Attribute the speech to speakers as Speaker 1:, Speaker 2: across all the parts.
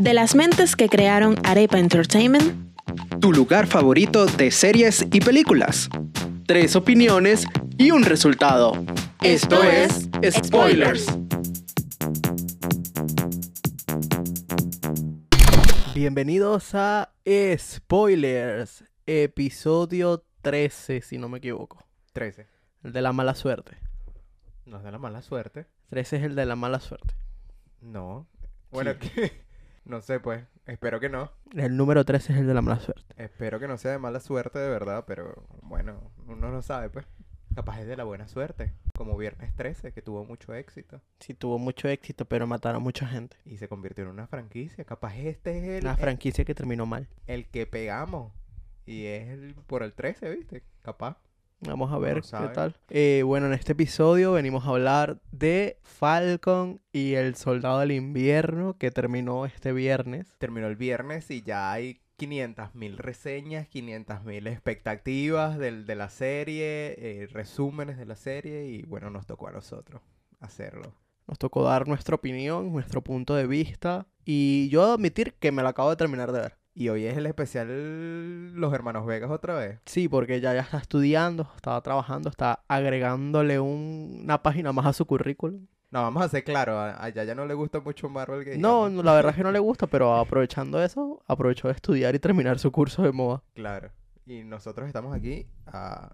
Speaker 1: De las mentes que crearon Arepa Entertainment,
Speaker 2: tu lugar favorito de series y películas. Tres opiniones y un resultado.
Speaker 1: Esto
Speaker 2: Esto, es
Speaker 1: es
Speaker 2: Spoilers.
Speaker 3: Bienvenidos a Spoilers, episodio 13, si no me equivoco.
Speaker 4: 13.
Speaker 3: El de la mala suerte.
Speaker 4: No es de la mala suerte.
Speaker 3: 13 es el de la mala suerte.
Speaker 4: No. Bueno, no sé, pues. Espero que no.
Speaker 3: El número 13 es el de la mala suerte.
Speaker 4: Espero que no sea de mala suerte de verdad, pero bueno, uno no sabe, pues. Capaz es de la buena suerte. Como Viernes 13, que tuvo mucho éxito.
Speaker 3: Sí, tuvo mucho éxito, pero mataron a mucha gente.
Speaker 4: Y se convirtió en una franquicia. Capaz este es el,
Speaker 3: Una
Speaker 4: el-
Speaker 3: franquicia que terminó mal.
Speaker 4: el, que pegamos. Y es el- por el 13, ¿viste? Capaz.
Speaker 3: Vamos a ver
Speaker 4: lo
Speaker 3: qué
Speaker 4: sabe.
Speaker 3: tal. Eh, bueno, en este episodio venimos a hablar de Falcon y el Soldado del Invierno que terminó este viernes.
Speaker 4: Terminó el viernes y ya hay 500.000 reseñas, 500.000 expectativas del, de la serie, eh, resúmenes de la serie. Y bueno, nos tocó a nosotros hacerlo.
Speaker 3: Nos tocó dar nuestra opinión, nuestro punto de vista. Y yo debo admitir que me lo acabo de terminar de ver.
Speaker 4: Y hoy es el especial Los Hermanos Vegas otra vez.
Speaker 3: Sí, porque ya, ya está estudiando, estaba trabajando, está agregándole un- una página más a su currículum.
Speaker 4: No, vamos a ser claros, a, a Yaya no le gusta mucho Marvel que
Speaker 3: No,
Speaker 4: digamos.
Speaker 3: no, la verdad es que no le gusta, pero aprovechando eso, aprovechó de estudiar y terminar su curso de moda.
Speaker 4: Claro. Y nosotros estamos aquí a,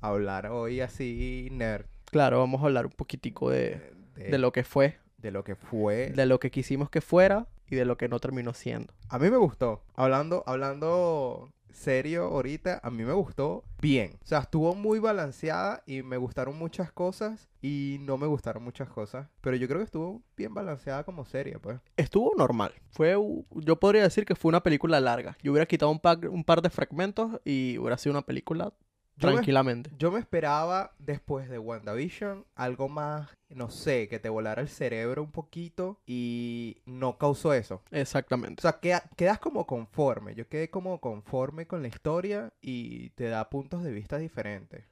Speaker 4: a hablar hoy así nerd
Speaker 3: Claro, vamos a hablar un poquitico de,
Speaker 4: eh,
Speaker 3: de lo que fue,
Speaker 4: de lo que fue.
Speaker 3: de lo que quisimos que fuera y de lo que no terminó siendo.
Speaker 4: A mí me gustó. Hablando, hablando serio ahorita, a mí me gustó bien. O sea, estuvo muy balanceada y me gustaron muchas cosas y no me gustaron muchas cosas. Pero yo creo que estuvo bien balanceada como serie, pues.
Speaker 3: Estuvo normal. Fue, u- yo podría decir que fue una película larga. Yo hubiera quitado un, pac- un par de fragmentos y hubiera sido una película
Speaker 4: Yo me-
Speaker 3: tranquilamente.
Speaker 4: Yo me esperaba, después de WandaVision, algo más, no sé, que te volara el cerebro un poquito y no causó eso. O
Speaker 3: Exactamente.
Speaker 4: sea, queda- quedas como conforme. Yo quedé como conforme con la historia y te da puntos de vista diferentes.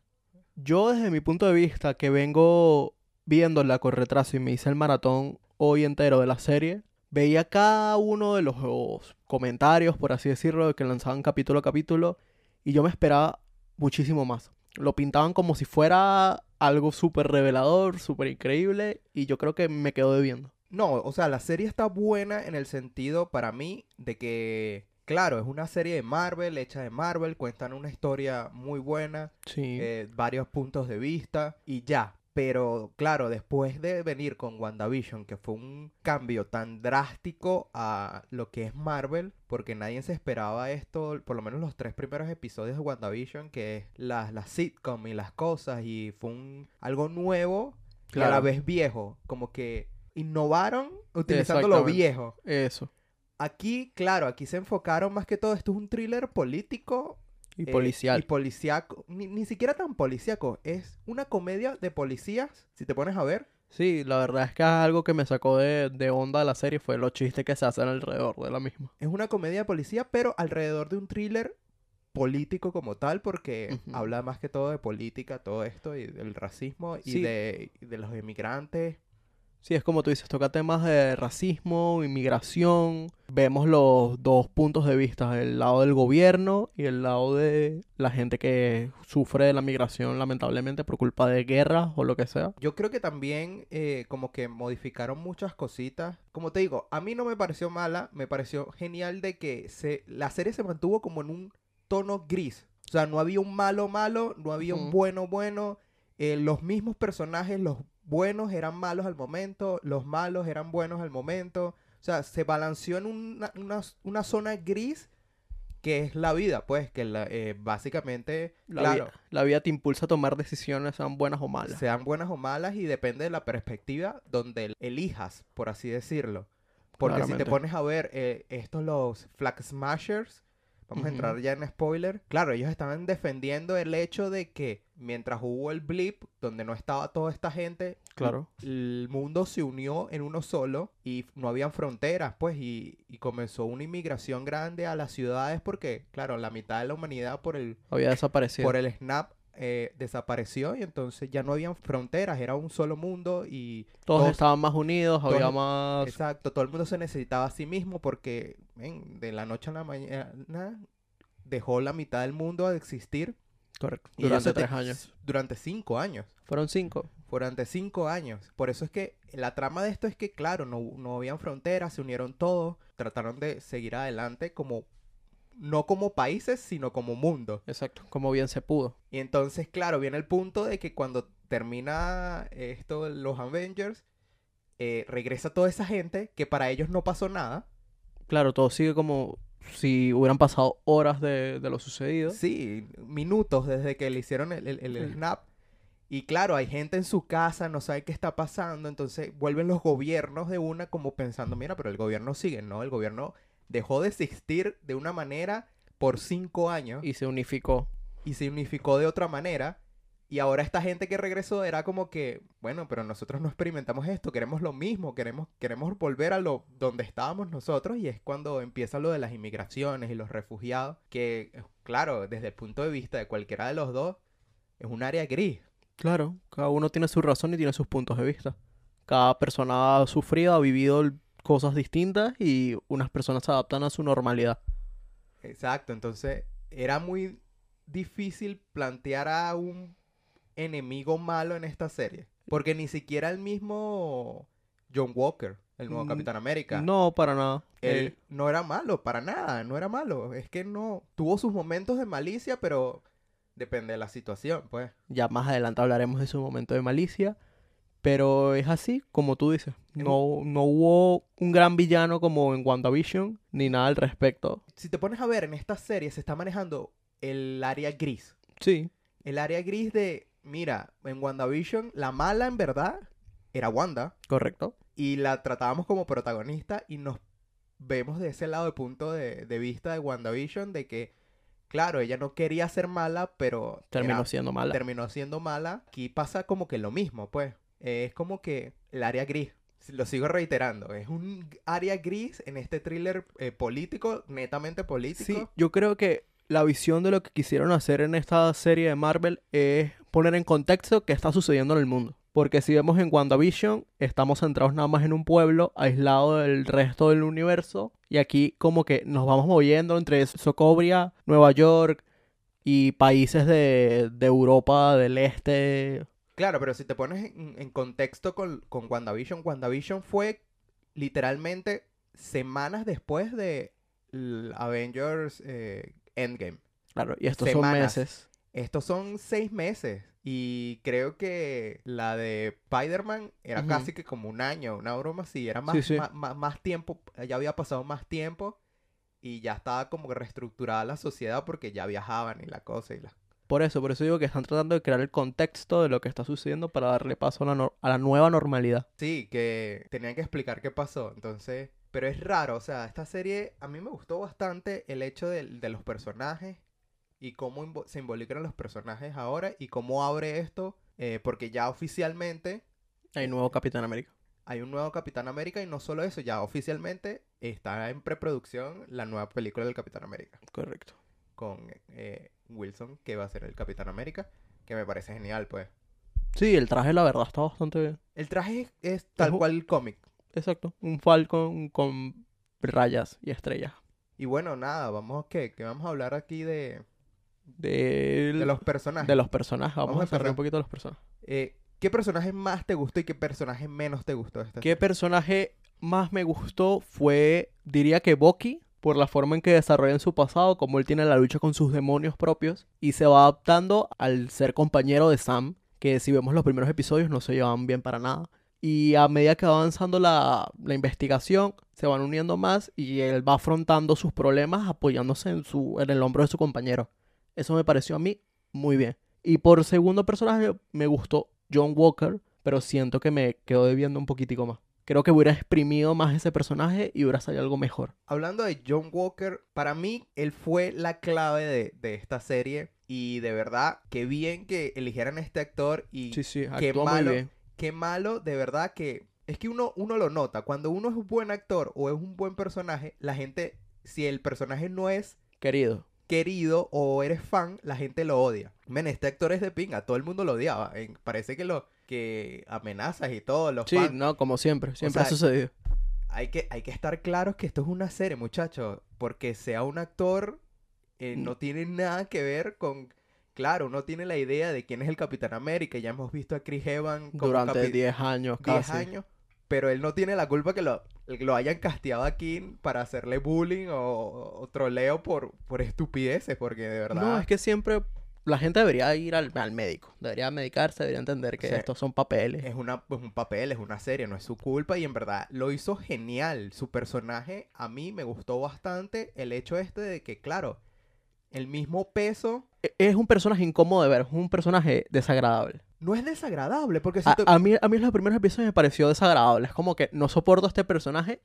Speaker 3: Yo desde mi punto de vista, que vengo viéndola con retraso y me hice el maratón hoy entero de la serie, veía cada uno de los los comentarios, por así decirlo, que lanzaban capítulo a capítulo, y yo me esperaba muchísimo más. Lo pintaban como si fuera algo súper revelador, súper increíble, y yo creo que me quedo debiendo.
Speaker 4: No, o sea, la serie está buena en el sentido para mí de que, claro, es una serie de Marvel, hecha de Marvel, cuentan una historia muy buena.
Speaker 3: Sí.
Speaker 4: eh, varios puntos de vista y ya. Pero claro, después de venir con WandaVision, que fue un cambio tan drástico a lo que es Marvel, porque nadie se esperaba esto, por lo menos los tres primeros episodios de WandaVision, que es las, las sitcom y las cosas, y fue un, algo nuevo y a la
Speaker 3: Claro.
Speaker 4: vez viejo, como que innovaron utilizando lo
Speaker 3: Exactamente.
Speaker 4: viejo.
Speaker 3: Eso.
Speaker 4: Aquí, claro, aquí se enfocaron más que todo, esto es un thriller político
Speaker 3: Y
Speaker 4: eh,
Speaker 3: policial.
Speaker 4: y policíaco. Ni, ni siquiera tan policíaco. Es una comedia de policías, si te pones a ver.
Speaker 3: Sí, la verdad es que algo que me sacó de, de onda de la serie fue los chistes que se hacen alrededor de la misma.
Speaker 4: Es una comedia de policía, pero alrededor de un thriller político como tal, porque
Speaker 3: Ujú.
Speaker 4: habla más que todo de política, todo esto, y del racismo, y,
Speaker 3: Sí.
Speaker 4: de, y de los inmigrantes.
Speaker 3: Sí, es como tú dices, toca temas de racismo, inmigración. Vemos los dos puntos de vista, el lado del gobierno y el lado de la gente que sufre de la migración lamentablemente por culpa de guerras o lo que sea.
Speaker 4: Yo creo que también eh, como que modificaron muchas cositas. Como te digo, a mí no me pareció mala, me pareció genial de que se, la serie se mantuvo como en un tono gris. O sea, no había un malo malo, no había un
Speaker 3: Ujú.
Speaker 4: bueno bueno. Eh, los mismos personajes, los buenos eran malos al momento, los malos eran buenos al momento. O sea, se balanceó en una, una- una zona gris que es la vida, pues, que la- eh, básicamente, eh,
Speaker 3: La,
Speaker 4: claro,
Speaker 3: vida, la vida te impulsa a tomar decisiones, sean buenas o malas.
Speaker 4: sean buenas o malas y depende de la perspectiva donde elijas, por así decirlo. Porque si
Speaker 3: Claramente.
Speaker 4: te pones a ver eh, estos los Flag Smashers, vamos a entrar ya en spoiler, claro, ellos estaban defendiendo el hecho de que mientras hubo el blip, donde no estaba toda esta gente,
Speaker 3: Claro.
Speaker 4: el mundo se unió en uno solo y no habían fronteras, pues, y, y comenzó una inmigración grande a las ciudades porque, claro, la mitad de la humanidad por el
Speaker 3: Había desaparecido.
Speaker 4: por el snap eh, desapareció y entonces ya no habían fronteras, era un solo mundo y
Speaker 3: Todos
Speaker 4: todos-
Speaker 3: estaban más unidos,
Speaker 4: todos-
Speaker 3: había más...
Speaker 4: Exacto, todo el mundo se necesitaba a sí mismo porque men, de la noche a la mañana dejó la mitad del mundo de existir.
Speaker 3: Correcto.
Speaker 4: y ellos
Speaker 3: Durante
Speaker 4: se te-
Speaker 3: tres años.
Speaker 4: Durante cinco años.
Speaker 3: Fueron cinco.
Speaker 4: Durante cinco años. Por eso es que la trama de esto es que, claro, no, no habían fronteras, se unieron todos, trataron de seguir adelante como, no como países, sino como mundo.
Speaker 3: Exacto. Como bien se pudo.
Speaker 4: Y entonces, claro, viene el punto de que cuando termina esto, los Avengers, eh, regresa toda esa gente que para ellos no pasó nada.
Speaker 3: Claro, todo sigue como si hubieran pasado horas de, de lo sucedido.
Speaker 4: Sí, minutos desde que le hicieron el, el- el
Speaker 3: El-
Speaker 4: snap. Y claro, hay gente en su casa, no sabe qué está pasando, entonces vuelven los gobiernos de una como pensando, mira, pero el gobierno sigue, ¿no? El gobierno dejó de existir de una manera por cinco años y,
Speaker 3: Y se unificó.
Speaker 4: se unificó de otra manera. Y ahora esta gente que regresó era como que, bueno, pero nosotros no experimentamos esto, queremos lo mismo, queremos, queremos volver a lo donde estábamos nosotros y es cuando empieza lo de las inmigraciones y los refugiados, que eh, claro, desde el punto de vista de cualquiera de los dos, es un área gris.
Speaker 3: Claro, cada uno tiene su razón y tiene sus puntos de vista. Cada persona ha sufrido, ha vivido l- cosas distintas y unas personas se adaptan a su normalidad.
Speaker 4: Exacto, entonces era muy difícil plantear a un enemigo malo en esta serie, porque ni siquiera el mismo John Walker, el nuevo
Speaker 3: Mm,
Speaker 4: Capitán América,
Speaker 3: No, para nada.
Speaker 4: Él
Speaker 3: Eh,
Speaker 4: no era malo, para nada, no era malo. Es que no. Tuvo sus momentos de malicia, pero depende de la situación, pues.
Speaker 3: ya más adelante hablaremos de su momento de malicia, pero es así como tú dices.
Speaker 4: Es
Speaker 3: No, no hubo un gran villano como en WandaVision ni nada al respecto.
Speaker 4: Si te pones a ver, en esta serie se está manejando el área gris.
Speaker 3: Sí,
Speaker 4: El área gris de, mira, en WandaVision, la mala en verdad era Wanda.
Speaker 3: correcto.
Speaker 4: Y la tratábamos como protagonista y nos vemos de ese lado de punto de, de vista de WandaVision de que, claro, ella no quería ser mala, pero...
Speaker 3: Terminó
Speaker 4: era-
Speaker 3: siendo mala.
Speaker 4: terminó siendo mala. Aquí pasa como que lo mismo, pues. Eh, es como que el área gris. Lo sigo reiterando. Es un área gris en este thriller eh, político, netamente político.
Speaker 3: Sí, yo creo que la visión de lo que quisieron hacer en esta serie de Marvel es poner en contexto qué está sucediendo en el mundo. Porque si vemos en WandaVision, estamos centrados nada más en un pueblo, aislado del resto del universo. Y aquí como que nos vamos moviendo entre Socobria, Nueva York y países de, de Europa, del Este.
Speaker 4: Claro, pero si te pones en, en contexto con, con WandaVision, WandaVision fue literalmente semanas después de l- Avengers eh, Endgame.
Speaker 3: Claro, y estos son
Speaker 4: Semanas.
Speaker 3: meses.
Speaker 4: Estos son seis meses. Y creo que la de Spider-Man era
Speaker 3: Ujú.
Speaker 4: casi que como un año, una broma así. Era más,
Speaker 3: Sí, sí.
Speaker 4: ma- ma- Más, tiempo, ya había pasado más tiempo. Y ya estaba como que reestructurada la sociedad porque ya viajaban y la cosa y la...
Speaker 3: Por eso, por eso digo que están tratando de crear el contexto de lo que está sucediendo para darle paso a la, nor- a la nueva normalidad.
Speaker 4: Sí, que tenían que explicar qué pasó. Entonces, pero es raro, o sea, esta serie a mí me gustó bastante el hecho del- de, los personajes y cómo invo- se involucran los personajes ahora y cómo abre esto, eh, porque ya oficialmente
Speaker 3: Hay nuevo Capitán América.
Speaker 4: hay un nuevo Capitán América y no solo eso, ya oficialmente está en preproducción la nueva película del Capitán América
Speaker 3: Correcto.
Speaker 4: con eh, Wilson, que va a ser el Capitán América, que me parece genial, pues.
Speaker 3: Sí, el traje la verdad está bastante bien.
Speaker 4: El traje es, es tal
Speaker 3: Ujú.
Speaker 4: cual el cómic.
Speaker 3: Exacto. Un Falcon con rayas y estrellas.
Speaker 4: Y bueno, nada, vamos a qué, que vamos a hablar aquí de,
Speaker 3: De,
Speaker 4: de los personajes.
Speaker 3: de los personajes. Vamos,
Speaker 4: Vamos a
Speaker 3: a
Speaker 4: empezar.
Speaker 3: desarrollar un poquito de los personajes.
Speaker 4: Eh, ¿Qué personaje más te gustó y qué personaje menos te gustó de esta
Speaker 3: ¿Qué personaje más me gustó fue, diría que Bucky, por la forma en que desarrolla en su pasado, como él tiene la lucha con sus demonios propios y se va adaptando al ser compañero de Sam, que si vemos los primeros episodios no se llevan bien para nada. Y a medida que va avanzando la, la investigación, se van uniendo más y él va afrontando sus problemas apoyándose en, su, en el hombro de su compañero. Eso me pareció a mí muy bien. Y por segundo personaje me gustó John Walker, pero siento que me quedó debiendo un poquitico más. Creo que hubiera exprimido más ese personaje y hubiera salido algo mejor.
Speaker 4: Hablando de John Walker, para mí él fue la clave de, de esta serie y de verdad, qué bien que eligieran a este actor y
Speaker 3: sí,
Speaker 4: qué malo, qué malo, de verdad que es que uno, uno lo nota. Cuando uno es un buen actor o es un buen personaje, la gente, si el personaje no es
Speaker 3: Querido.
Speaker 4: querido o eres fan, la gente lo odia. Men, este actor es de pinga, todo el mundo lo odiaba. eh, parece que lo que amenazas y todo, los
Speaker 3: Sí,
Speaker 4: fans.
Speaker 3: no, como siempre, siempre ha
Speaker 4: sea,
Speaker 3: sucedido.
Speaker 4: Hay que, hay que estar claros que esto es una serie, muchachos. Porque sea un actor, eh,
Speaker 3: Mm.
Speaker 4: no tiene nada que ver con. Claro, uno tiene la idea de quién es el Capitán América. Ya hemos visto a Chris Evans como
Speaker 3: Durante
Speaker 4: capi-
Speaker 3: 10 años
Speaker 4: 10
Speaker 3: casi.
Speaker 4: años. Pero él no tiene la culpa que lo, lo hayan casteado aquí para hacerle bullying o, o troleo por, por estupideces. Porque de verdad.
Speaker 3: No, es que siempre la gente debería ir al, al médico, debería medicarse, debería entender que
Speaker 4: Sí. Eh.
Speaker 3: estos son papeles.
Speaker 4: Es, una, es un papel, es una serie, no es su culpa y en verdad lo hizo genial. Su personaje a mí me gustó bastante el hecho este de que, claro, el mismo peso
Speaker 3: E- Es un personaje incómodo de ver, es un personaje desagradable.
Speaker 4: no es desagradable porque si
Speaker 3: A,
Speaker 4: tú-
Speaker 3: a mí, a mí en los primeros episodios me pareció desagradable. Es como que no soporto a este personaje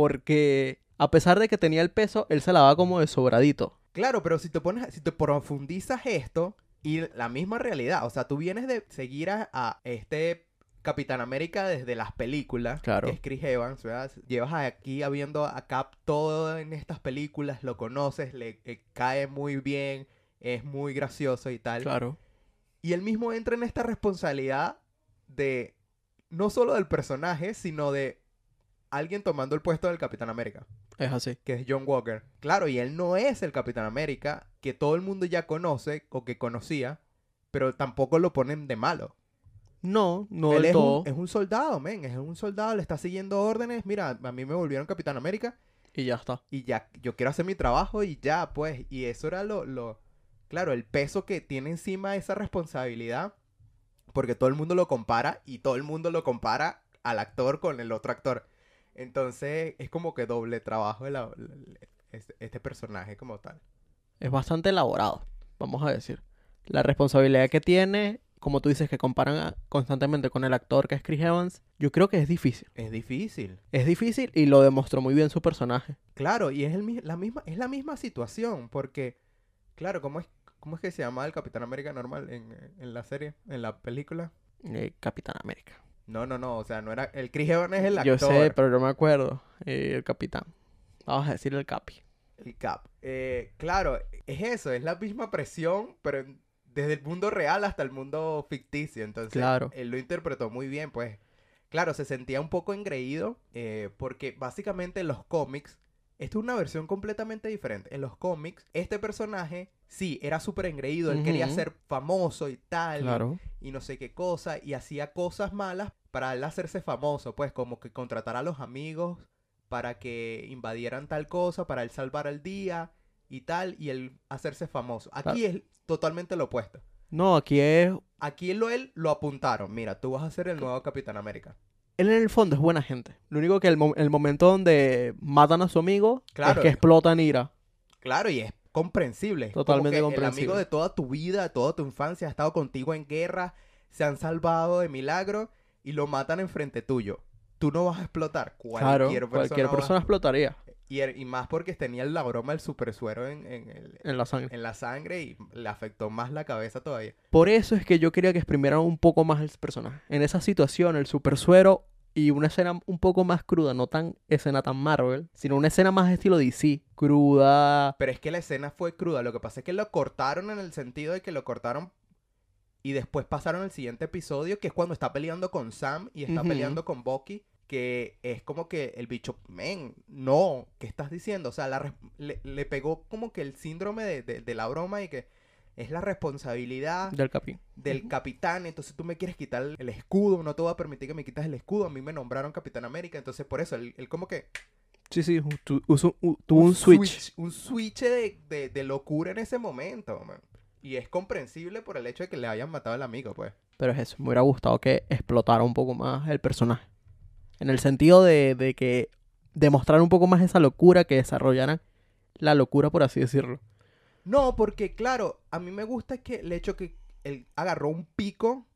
Speaker 3: porque a pesar de que tenía el peso, él se la daba como de sobradito.
Speaker 4: Claro, pero si te pones, si te profundizas esto y la misma realidad, o sea, tú vienes de seguir a, a este Capitán América desde las películas,
Speaker 3: Claro.
Speaker 4: que es Chris Evans, ¿verdad? Llevas aquí habiendo a Cap todo en estas películas, lo conoces, le eh, cae muy bien, es muy gracioso y tal.
Speaker 3: Claro.
Speaker 4: Y él mismo entra en esta responsabilidad de no solo del personaje, sino de alguien tomando el puesto del Capitán América
Speaker 3: Es así.
Speaker 4: que es John Walker. Claro, y él no es el Capitán América que todo el mundo ya conoce o que conocía, pero tampoco lo ponen de malo.
Speaker 3: No, no
Speaker 4: él
Speaker 3: del
Speaker 4: es
Speaker 3: todo.
Speaker 4: un, em- es un soldado, men, es un soldado, le está siguiendo órdenes. Mira, a mí me volvieron Capitán América
Speaker 3: Y ya está.
Speaker 4: y ya, yo quiero hacer mi trabajo y ya, pues. Y eso era lo, lo, claro, el peso que tiene encima esa responsabilidad, porque todo el mundo lo compara y todo el mundo lo compara al actor con el otro actor. Entonces es como que doble trabajo la- la- la- este, este personaje como tal.
Speaker 3: es bastante elaborado, vamos a decir. La responsabilidad que tiene, como tú dices, que comparan a- constantemente con el actor que es Chris Evans, yo creo que es difícil.
Speaker 4: Es difícil.
Speaker 3: Es difícil y lo demostró muy bien su personaje.
Speaker 4: Claro, y es, el, mi- la, misma, es la misma situación, porque, claro, ¿cómo es, cómo es que se llama el Capitán América normal en, en la serie, en la película?
Speaker 3: Eh, Capitán América.
Speaker 4: No, no, no, o sea, no era... El Chris Evans es el actor.
Speaker 3: Yo sé, pero yo me acuerdo. eh, el capitán. Vamos a decir el capi.
Speaker 4: El Cap. Eh, claro, es eso, es la misma presión, pero en- desde el mundo real hasta el mundo ficticio. Entonces,
Speaker 3: Claro.
Speaker 4: él lo interpretó muy bien, pues. Claro, se sentía un poco engreído, eh, porque básicamente en los cómics, esto es una versión completamente diferente. En los cómics, este personaje, sí, era súper engreído, él quería
Speaker 3: Ujú.
Speaker 4: ser famoso y tal, y no sé qué cosa, y hacía cosas malas para él hacerse famoso, pues como que contratar a los amigos para que invadieran tal cosa, para él salvar el día y tal, y él hacerse famoso. Aquí es totalmente lo opuesto.
Speaker 3: No, aquí es.
Speaker 4: Aquí lo él lo apuntaron, mira, tú vas a ser el nuevo Capitán América.
Speaker 3: Él en el fondo es buena gente. Lo único que el, mo- el momento donde matan a su amigo es
Speaker 4: Claro.
Speaker 3: que explota en ira.
Speaker 4: Claro, y es comprensible. es como
Speaker 3: Totalmente
Speaker 4: que El
Speaker 3: comprensible.
Speaker 4: amigo de toda tu vida, toda tu infancia, ha estado contigo en guerra, se han salvado de milagro y lo matan enfrente tuyo. Tú no vas a explotar.
Speaker 3: Claro,
Speaker 4: Cualquier persona,
Speaker 3: cualquier
Speaker 4: va a
Speaker 3: persona explotaría
Speaker 4: Y, er- y más porque tenía la broma del super suero en, en el-
Speaker 3: en la sangre.
Speaker 4: en la sangre y le afectó más la cabeza todavía.
Speaker 3: Por eso es que yo quería que exprimieran un poco más el personaje. En esa situación, el super suero y una escena un poco más cruda, no tan escena tan Marvel, sino una escena más estilo DC, cruda.
Speaker 4: Pero es que la escena fue cruda. Lo que pasa es que lo cortaron en el sentido de que lo cortaron y después pasaron al siguiente episodio, que es cuando está peleando con Sam y está
Speaker 3: Ujú.
Speaker 4: peleando con Bucky. Que es como que el bicho, men, no, ¿qué estás diciendo? O sea, la res- le, le pegó como que el síndrome de, de- de la broma y que es la responsabilidad.
Speaker 3: Del capín.
Speaker 4: del capitán, entonces tú me quieres quitar el escudo, no te voy a permitir que me quitas el escudo, a mí me nombraron Capitán América, entonces por eso, él, él como que...
Speaker 3: Sí, sí, tu- uso- u- tuvo un switch.
Speaker 4: un switch de, de- de locura en ese momento, man. Y es comprensible por el hecho de que le hayan matado al amigo, pues.
Speaker 3: Pero es eso, me hubiera gustado que explotara un poco más el personaje. En el sentido de, de que demostrar un poco más esa locura, que desarrollaran la locura, por así decirlo.
Speaker 4: No, porque claro, a mí me gusta que el hecho que él agarró un pico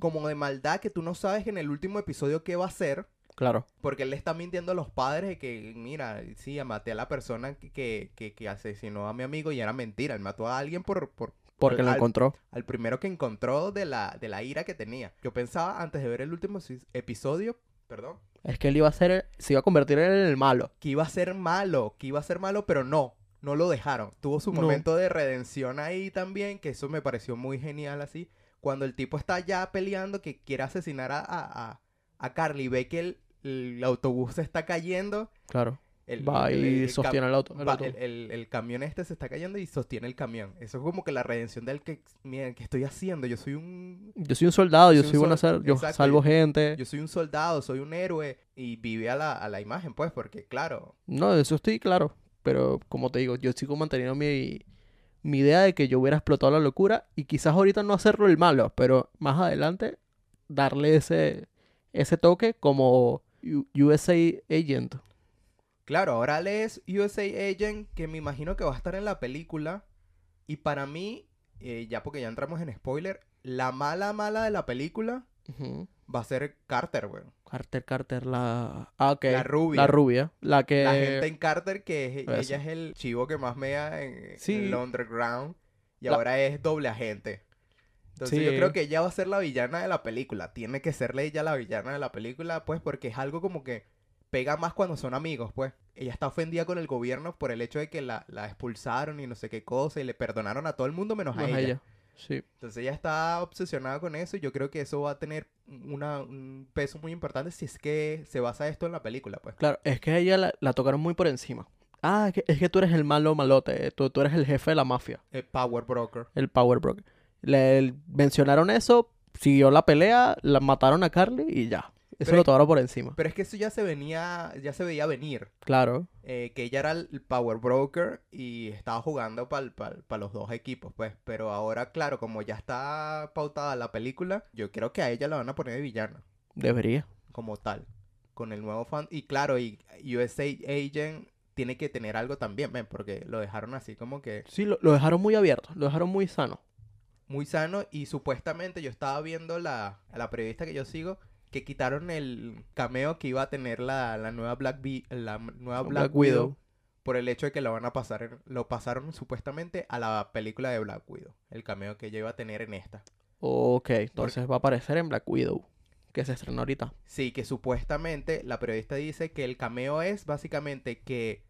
Speaker 4: como de maldad que tú no sabes en el último episodio qué va a hacer.
Speaker 3: Claro.
Speaker 4: Porque él le está mintiendo a los padres de que, mira, sí, maté a la persona que, que, que- que asesinó a mi amigo y era mentira. Él mató a alguien por, por,
Speaker 3: Porque lo
Speaker 4: Al-
Speaker 3: encontró.
Speaker 4: al primero que encontró de la, de la ira que tenía. Yo pensaba antes de ver el último si- episodio, perdón,
Speaker 3: Es que él iba a ser, se iba a convertir en el malo.
Speaker 4: que iba a ser malo, que iba a ser malo, pero no. no lo dejaron. Tuvo su
Speaker 3: No.
Speaker 4: momento de redención ahí también, que eso me pareció muy genial así. Cuando el tipo está ya peleando que quiere asesinar a, a, a- a Carly, ve que el, el autobús se está cayendo.
Speaker 3: Claro.
Speaker 4: El,
Speaker 3: Va
Speaker 4: el-
Speaker 3: y
Speaker 4: el- el cam-
Speaker 3: sostiene el auto. el
Speaker 4: va,
Speaker 3: auto.
Speaker 4: el- el- el camión este se está cayendo y sostiene el camión. Eso es como que la redención del que, miren, ¿qué estoy haciendo? Yo soy un...
Speaker 3: Yo soy un soldado, yo
Speaker 4: soy un
Speaker 3: soy buena
Speaker 4: sol-
Speaker 3: sal- yo
Speaker 4: exacto,
Speaker 3: salvo
Speaker 4: yo-
Speaker 3: gente.
Speaker 4: Yo soy un soldado, soy un héroe y vive a la, a la imagen, pues, porque claro,
Speaker 3: No, de eso estoy claro. Pero como te digo, yo sigo manteniendo mi, mi idea de que yo hubiera explotado la locura y quizás ahorita no hacerlo el malo, pero más adelante darle ese, ese toque como U- USA Agent.
Speaker 4: Claro, ahora lees USA Agent, que me imagino que va a estar en la película. Y para mí, eh, ya porque ya entramos en spoiler, la mala mala de la película va a ser Carter, weón.
Speaker 3: Carter, Carter, la... Ah, ok.
Speaker 4: La rubia.
Speaker 3: La rubia. La que...
Speaker 4: La gente en Carter, que es-
Speaker 3: Eh, eso.
Speaker 4: ella es el chivo que más mea en,
Speaker 3: Sí.
Speaker 4: en lo underground. Y
Speaker 3: La-
Speaker 4: ahora es doble agente. Entonces yo
Speaker 3: Sí.
Speaker 4: creo que ella va a ser la villana de la película. Tiene que serle ella la villana de la película, pues, porque es algo como que pega más cuando son amigos, pues. Ella está ofendida con el gobierno por el hecho de que la, la expulsaron y no sé qué cosa y le perdonaron a todo el mundo menos,
Speaker 3: más
Speaker 4: a ella.
Speaker 3: ella. Sí.
Speaker 4: Entonces ella está obsesionada con eso y yo creo que eso va a tener una- un peso muy importante si es que se basa esto en la película, pues.
Speaker 3: Claro, es que a ella la, la tocaron muy por encima. Ah, es que, es que tú eres el malo malote, tú, tú eres el jefe de la mafia.
Speaker 4: Eh, Power Broker.
Speaker 3: el Power Broker. Le el- mencionaron eso, siguió la pelea, la mataron a Carly y ya. Eso
Speaker 4: Pero-
Speaker 3: lo tomaron por encima.
Speaker 4: Pero es que eso ya se venía, ya se veía venir.
Speaker 3: Claro.
Speaker 4: eh, que ella era el power broker y estaba jugando para los dos equipos, pues. Pero ahora, claro, como ya está pautada la película, yo creo que a ella la van a poner de villana,
Speaker 3: Debería.
Speaker 4: como tal. Con el nuevo fan. Y claro, y USA Agent tiene que tener algo también, men, porque lo dejaron así como que
Speaker 3: Sí, lo, lo dejaron muy abierto, lo dejaron muy sano.
Speaker 4: muy sano. Y supuestamente yo estaba viendo la, a la periodista que yo sigo. Que quitaron el cameo que iba a tener la, la nueva Black, Vi- la m- nueva Black, Widow. por el hecho de que lo van a pasar, en- lo pasaron supuestamente a la película de Black Widow, el cameo que ella iba a tener en esta.
Speaker 3: Ok, entonces va a aparecer en Black Widow, que se estrenó ahorita.
Speaker 4: Sí, que supuestamente la periodista dice que el cameo es básicamente que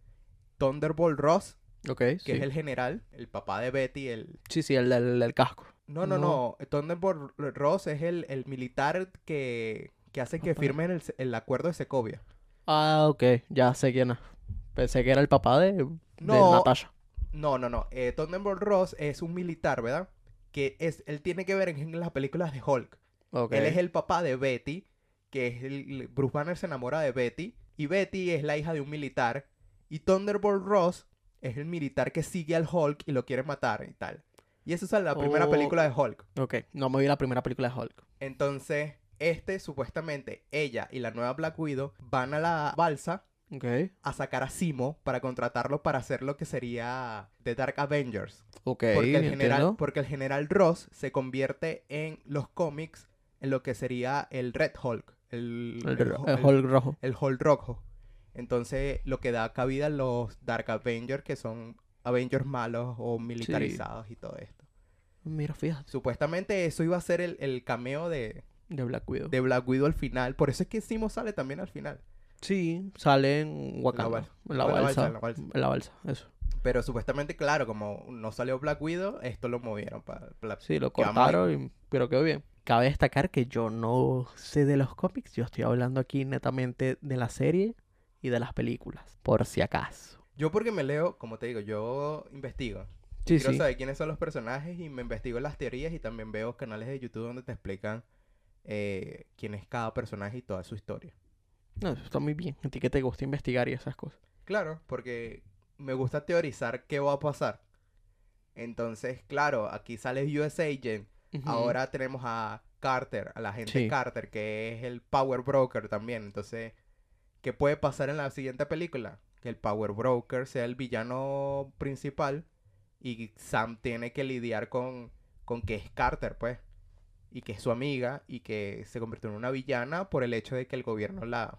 Speaker 4: Thunderbolt Ross,
Speaker 3: Ok, sí.
Speaker 4: que es el general, el papá de Betty, el...
Speaker 3: Sí, sí, el del, del casco.
Speaker 4: No, no,
Speaker 3: No.
Speaker 4: no, Thunderbolt Ross es el, el militar que, que hace que
Speaker 3: Papá.
Speaker 4: firmen el, se- el acuerdo de Secovia.
Speaker 3: Ah, ok, ya sé quién es. Pensé que era el papá de, de
Speaker 4: No.
Speaker 3: Natasha.
Speaker 4: No, no, no, eh, Thunderbolt Ross es un militar, ¿verdad? Que es, él tiene que ver en- en las películas de Hulk.
Speaker 3: Ok.
Speaker 4: Él es el papá de Betty, que es el... Bruce Banner se enamora de Betty, y Betty es la hija de un militar, y Thunderbolt Ross es el militar que sigue al Hulk y lo quiere matar y tal. Y eso es en la primera
Speaker 3: Oh.
Speaker 4: película de Hulk.
Speaker 3: Ok, no me vi la primera película de Hulk.
Speaker 4: Entonces, este supuestamente, ella y la nueva Black Widow van a la balsa
Speaker 3: Ok.
Speaker 4: a sacar a Simo para contratarlo para hacer lo que sería The Dark Avengers.
Speaker 3: Ok,
Speaker 4: Porque el, general,
Speaker 3: entiendo.
Speaker 4: porque el general Ross se convierte en los cómics en lo que sería el Red Hulk. pues, El,
Speaker 3: El,
Speaker 4: el
Speaker 3: ro-
Speaker 4: Ho-
Speaker 3: el Hulk rojo.
Speaker 4: el Hulk rojo. Entonces, lo que da cabida a los Dark Avengers, que son Avengers malos o militarizados y todo esto.
Speaker 3: Mira, fíjate.
Speaker 4: Supuestamente eso iba a ser el, el cameo de,
Speaker 3: De Black Widow.
Speaker 4: de Black Widow al final. Por eso es que Simo sale también al final.
Speaker 3: Sí, sale en Wakanda.
Speaker 4: balsa.
Speaker 3: En la
Speaker 4: En la balsa,
Speaker 3: balsa.
Speaker 4: en la balsa.
Speaker 3: En la balsa, eso.
Speaker 4: Pero supuestamente, claro, como no salió Black Widow, esto lo movieron para...
Speaker 3: Sí, lo
Speaker 4: Qué amable.
Speaker 3: cortaron, y- pero quedó bien. Cabe destacar que yo no sé de los cómics. Yo estoy hablando aquí netamente de la serie y de las películas. Por si acaso.
Speaker 4: Yo porque me leo, como te digo, yo investigo.
Speaker 3: Sí,
Speaker 4: quiero
Speaker 3: sí.
Speaker 4: saber quiénes son los personajes y me investigo las teorías y también veo canales de YouTube donde te explican eh, quién es cada personaje y toda su historia.
Speaker 3: No, eso está muy bien. A ti que te gusta investigar y esas cosas.
Speaker 4: Claro, porque me gusta teorizar qué va a pasar. Entonces, claro, aquí sale US Agent.
Speaker 3: Ujú.
Speaker 4: Ahora tenemos a Carter, a la gente
Speaker 3: Sí.
Speaker 4: Carter, que es el Power Broker también. Entonces, ¿qué puede pasar en la siguiente película? Que el Power Broker sea el villano principal y Sam tiene que lidiar con, con que es Carter, pues. Y que es su amiga y que se convirtió en una villana por el hecho de que el gobierno la,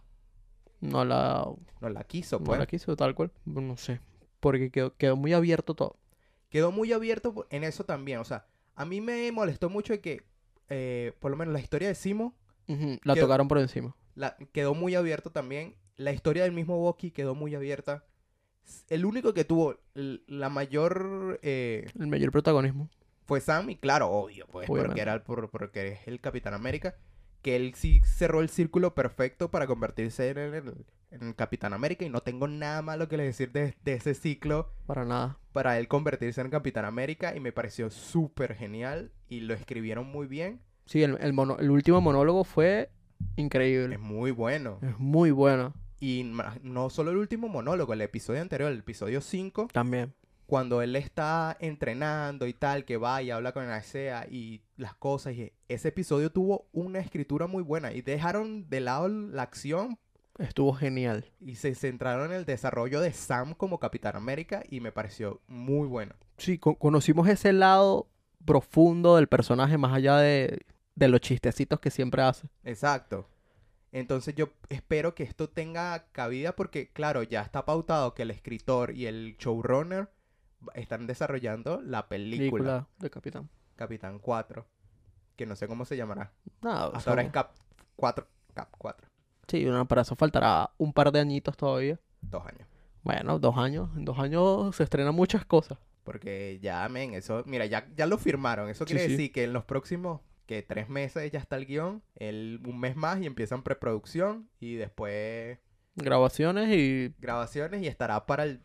Speaker 3: No la,
Speaker 4: no la quiso,
Speaker 3: no
Speaker 4: pues.
Speaker 3: la quiso tal cual. No sé. Porque quedó, quedó muy abierto todo.
Speaker 4: quedó muy abierto por- en eso también. O sea, a mí me molestó mucho de que, eh, por lo menos la historia de Simo
Speaker 3: Ujú, La
Speaker 4: Quedó-
Speaker 3: tocaron por encima.
Speaker 4: la, quedó muy abierta también. La historia del mismo Bucky quedó muy abierta. El único que tuvo l- la mayor eh,
Speaker 3: El mayor protagonismo.
Speaker 4: fue Sam, y claro, obvio, pues,
Speaker 3: Obviamente.
Speaker 4: porque, era el, por- porque es el Capitán América, que él sí cerró el círculo perfecto para convertirse en el, en el Capitán América, y no tengo nada malo que le decir de, de ese ciclo
Speaker 3: Para nada.
Speaker 4: para él convertirse en Capitán América, y me pareció súper genial, y lo escribieron muy bien,
Speaker 3: Sí, el, el, mono- el último monólogo fue increíble.
Speaker 4: es muy bueno.
Speaker 3: Es muy bueno.
Speaker 4: Y ma- no solo el último monólogo, el episodio anterior, el episodio 5,
Speaker 3: También.
Speaker 4: cuando él está entrenando y tal, que va y habla con Asea y las cosas, y ese episodio tuvo una escritura muy buena y dejaron de lado la acción
Speaker 3: Estuvo genial.
Speaker 4: y se centraron en el desarrollo de Sam como Capitán América y me pareció muy bueno.
Speaker 3: Sí, co- conocimos ese lado profundo del personaje más allá de, de los chistecitos que siempre hace.
Speaker 4: Exacto. Entonces yo espero que esto tenga cabida porque, claro, ya está pautado que el escritor y el showrunner están desarrollando la película.
Speaker 3: Película de Capitán.
Speaker 4: Capitán 4, que no sé cómo se llamará.
Speaker 3: Nada,
Speaker 4: Hasta Pues ahora
Speaker 3: eso-
Speaker 4: es Cap 4, Cap 4,
Speaker 3: Sí, bueno, para eso faltará un par de añitos todavía.
Speaker 4: dos años.
Speaker 3: Bueno, dos años. En dos años se estrenan muchas cosas.
Speaker 4: Porque ya, men, eso, mira, ya, ya lo firmaron. Eso
Speaker 3: Sí,
Speaker 4: quiere
Speaker 3: sí.
Speaker 4: decir que en los próximos, que tres meses ya está el guión, el, un mes más y empiezan preproducción y después
Speaker 3: Grabaciones y
Speaker 4: grabaciones y estará para el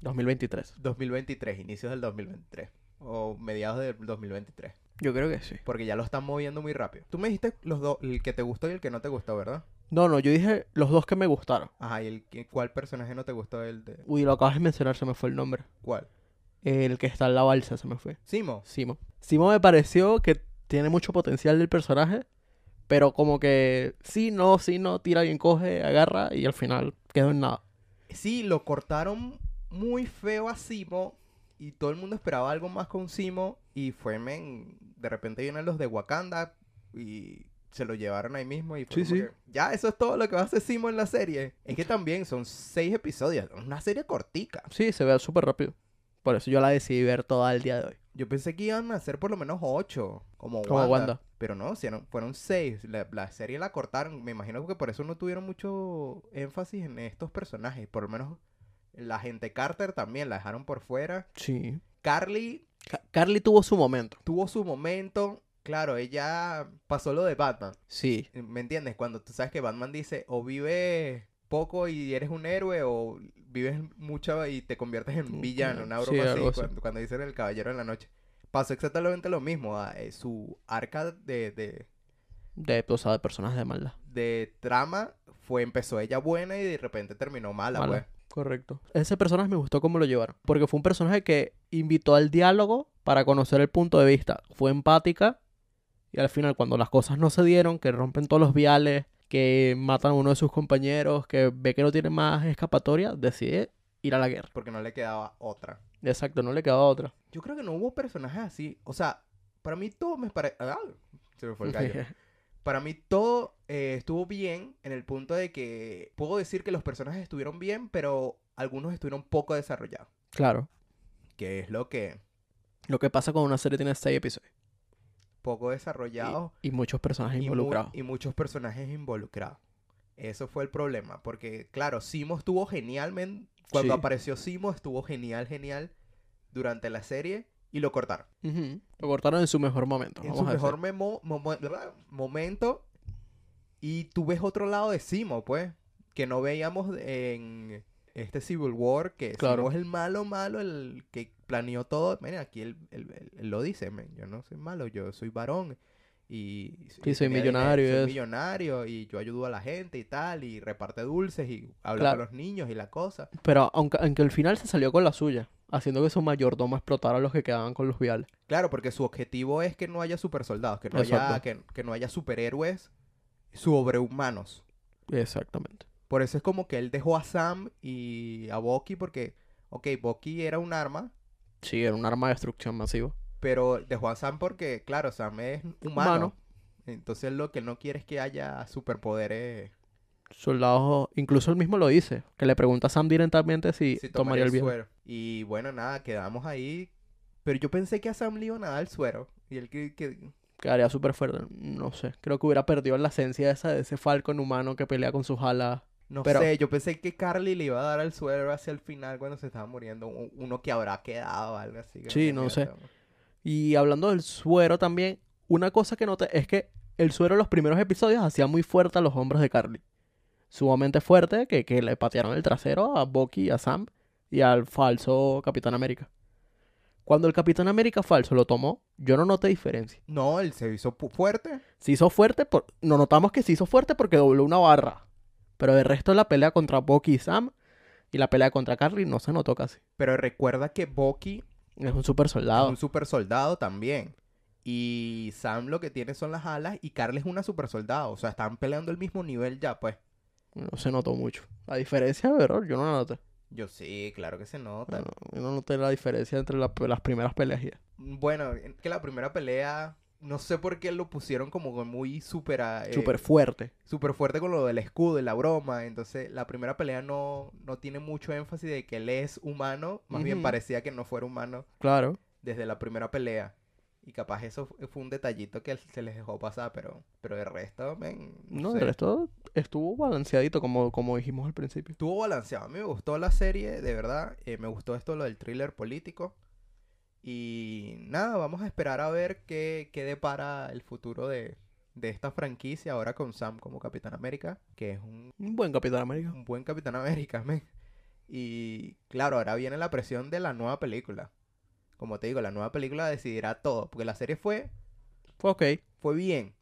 Speaker 3: 2023.
Speaker 4: 2023, inicios del 2023 o mediados del 2023.
Speaker 3: Yo creo que sí.
Speaker 4: Porque ya lo están moviendo muy rápido. Tú me dijiste los dos, el que te gustó y el que no te gustó, ¿verdad?
Speaker 3: No, no, yo dije los dos que me gustaron.
Speaker 4: Ajá, y el que- cuál personaje no te gustó el de
Speaker 3: Uy, lo acabas de mencionar, se me fue el nombre.
Speaker 4: cuál.
Speaker 3: El que está en la balsa, se me fue.
Speaker 4: Simo.
Speaker 3: Simo. Simo me pareció que tiene mucho potencial del personaje, pero como que sí, no, sí, no, tira bien, coge, agarra y al final quedó en nada.
Speaker 4: Sí, lo cortaron muy feo a Simo y todo el mundo esperaba algo más con Simo y fue, men, de repente vienen los de Wakanda y se lo llevaron ahí mismo y fue
Speaker 3: Sí,
Speaker 4: como
Speaker 3: sí.
Speaker 4: que, ya, eso es todo lo que va a hacer Simo en la serie. Es que también son seis episodios, una serie cortica.
Speaker 3: Sí, se ve súper rápido. Por eso yo la decidí ver toda el día de hoy.
Speaker 4: Yo pensé que iban a hacer por lo menos ocho, como Wanda.
Speaker 3: Como Wanda.
Speaker 4: Pero no, hicieron- fueron seis. La, la serie la cortaron. Me imagino que por eso no tuvieron mucho énfasis en estos personajes. Por lo menos la gente Carter también la dejaron por fuera.
Speaker 3: Sí.
Speaker 4: Carly
Speaker 3: Ca- Carly tuvo su momento.
Speaker 4: tuvo su momento. Claro, ella pasó lo de Batman.
Speaker 3: Sí.
Speaker 4: ¿Me entiendes? Cuando tú sabes que Batman dice o vives poco y eres un héroe o vives mucho y te conviertes en
Speaker 3: Mm,
Speaker 4: villano, una
Speaker 3: sí,
Speaker 4: broma así,
Speaker 3: algo así.
Speaker 4: Cuando, cuando dicen el caballero en la noche. Pasó exactamente lo mismo, a- eh, su arca de, de,
Speaker 3: De, o sea, de personajes de maldad.
Speaker 4: de trama fue, empezó ella buena y de repente terminó mala,
Speaker 3: Mala.
Speaker 4: pues.
Speaker 3: Correcto. Ese personaje me gustó cómo lo llevaron. Porque fue un personaje que invitó al diálogo para conocer el punto de vista. Fue empática. Y al final, cuando las cosas no se dieron, que rompen todos los viales, que matan a uno de sus compañeros, que ve que no tiene más escapatoria, decide ir a la guerra.
Speaker 4: Porque no le quedaba otra.
Speaker 3: Exacto, no le quedaba otra.
Speaker 4: Yo creo que no hubo personajes así. O sea, para mí todo me parece... se me fue el gallo. Para mí todo eh, estuvo bien en el punto de que puedo decir que los personajes estuvieron bien, pero algunos estuvieron poco desarrollados.
Speaker 3: claro.
Speaker 4: Que es lo que
Speaker 3: Lo que pasa cuando una serie tiene seis episodios.
Speaker 4: poco
Speaker 3: y-
Speaker 4: desarrollado
Speaker 3: Y, muchos personajes
Speaker 4: y mu-
Speaker 3: involucrados.
Speaker 4: y muchos personajes involucrados. Eso fue el problema, porque claro, Simo estuvo genial, men. Cuando
Speaker 3: Sí.
Speaker 4: apareció Simo estuvo genial, genial durante la serie y lo cortaron.
Speaker 3: Ujú. Lo cortaron en su mejor momento.
Speaker 4: en
Speaker 3: vamos
Speaker 4: su
Speaker 3: a decir.
Speaker 4: mejor memo- momo- ¿verdad? momento. Y tú ves otro lado de Simo, pues. Que no veíamos en este Civil War, que
Speaker 3: Claro.
Speaker 4: Simo es el malo, malo, el que planeó todo. Miren, aquí él, él- él- él lo dice, men, yo no soy malo, yo soy varón. Y,
Speaker 3: Sí,
Speaker 4: y
Speaker 3: soy
Speaker 4: tenía
Speaker 3: millonario y
Speaker 4: Soy
Speaker 3: eso.
Speaker 4: millonario y yo ayudo a la gente y tal, y reparte dulces y habla
Speaker 3: Claro.
Speaker 4: con los niños y la cosa.
Speaker 3: Pero aunque, aunque al final se salió con la suya, haciendo que su mayordomo explotara a los que quedaban con los viales.
Speaker 4: Claro, porque su objetivo es que no haya supersoldados, que no haya,
Speaker 3: Exacto.
Speaker 4: que, que no haya superhéroes sobrehumanos.
Speaker 3: Exactamente.
Speaker 4: Por eso es como que él dejó a Sam y a Bucky porque, ok, Bucky era un arma,
Speaker 3: Sí, era un arma de destrucción masiva.
Speaker 4: pero dejó a Sam porque, claro, Sam es humano.
Speaker 3: Humano.
Speaker 4: Entonces lo que no quiere es que haya superpoderes
Speaker 3: Soldados, incluso él mismo lo dice, que le pregunta a Sam directamente si,
Speaker 4: si
Speaker 3: tomaría el bien.
Speaker 4: suero. Y bueno, nada, quedamos ahí. Pero yo pensé que a Sam le iban a dar el suero. Y él que, que-
Speaker 3: Quedaría súper fuerte. No sé, creo que hubiera perdido la esencia esa de ese falcon humano que pelea con sus alas.
Speaker 4: No
Speaker 3: Pero-
Speaker 4: sé, yo pensé que Carly le iba a dar al suelo hacia el final cuando se estaba muriendo u- uno que habrá quedado o algo así. que
Speaker 3: Sí,
Speaker 4: sé
Speaker 3: no
Speaker 4: qué
Speaker 3: sé.
Speaker 4: era.
Speaker 3: Y hablando del suero también, una cosa que noté es que el suero en los primeros episodios hacía muy fuerte a los hombros de Carly. Sumamente fuerte, que, que le patearon el trasero a Bucky, a Sam y al falso Capitán América. Cuando el Capitán América falso lo tomó, yo no noté diferencia.
Speaker 4: No, él se hizo pu- fuerte.
Speaker 3: Se hizo fuerte, por... no notamos que se hizo fuerte porque dobló una barra. Pero el resto de la pelea contra Bucky y Sam y la pelea contra Carly no se notó casi.
Speaker 4: Pero recuerda que Bucky
Speaker 3: Es un super
Speaker 4: es
Speaker 3: soldado.
Speaker 4: un super soldado también. Y Sam lo que tiene son las alas y Carly es una super soldado. O sea, están peleando el mismo nivel ya, pues.
Speaker 3: No se notó mucho. La diferencia, pero yo no la noté.
Speaker 4: Yo sí, claro que se nota.
Speaker 3: Bueno, yo no noté la diferencia entre la- las primeras peleas. y-
Speaker 4: Bueno, en- que la primera pelea, no sé por qué lo pusieron como muy super, a- eh,
Speaker 3: Súper fuerte.
Speaker 4: super fuerte con lo del escudo y la broma. Entonces, la primera pelea no, no tiene mucho énfasis de que él es humano. Más bien
Speaker 3: Ujú.
Speaker 4: parecía que no fuera humano
Speaker 3: Claro.
Speaker 4: desde la primera pelea. Y capaz eso fu- fue un detallito que se les dejó pasar, pero, pero el resto, men,
Speaker 3: No,
Speaker 4: sé.
Speaker 3: el resto estuvo balanceadito, como, como dijimos al principio.
Speaker 4: Estuvo balanceado. A mí me gustó la serie, de verdad. eh, me gustó esto, lo del thriller político. Y nada, vamos a esperar a ver qué, qué depara el futuro de, de esta franquicia ahora con Sam como Capitán América, que es un,
Speaker 3: Un buen Capitán América.
Speaker 4: un buen Capitán América, men. Y claro, ahora viene la presión de la nueva película. Como te digo, la nueva película decidirá todo, porque la serie fue,
Speaker 3: Fue ok.
Speaker 4: fue bien.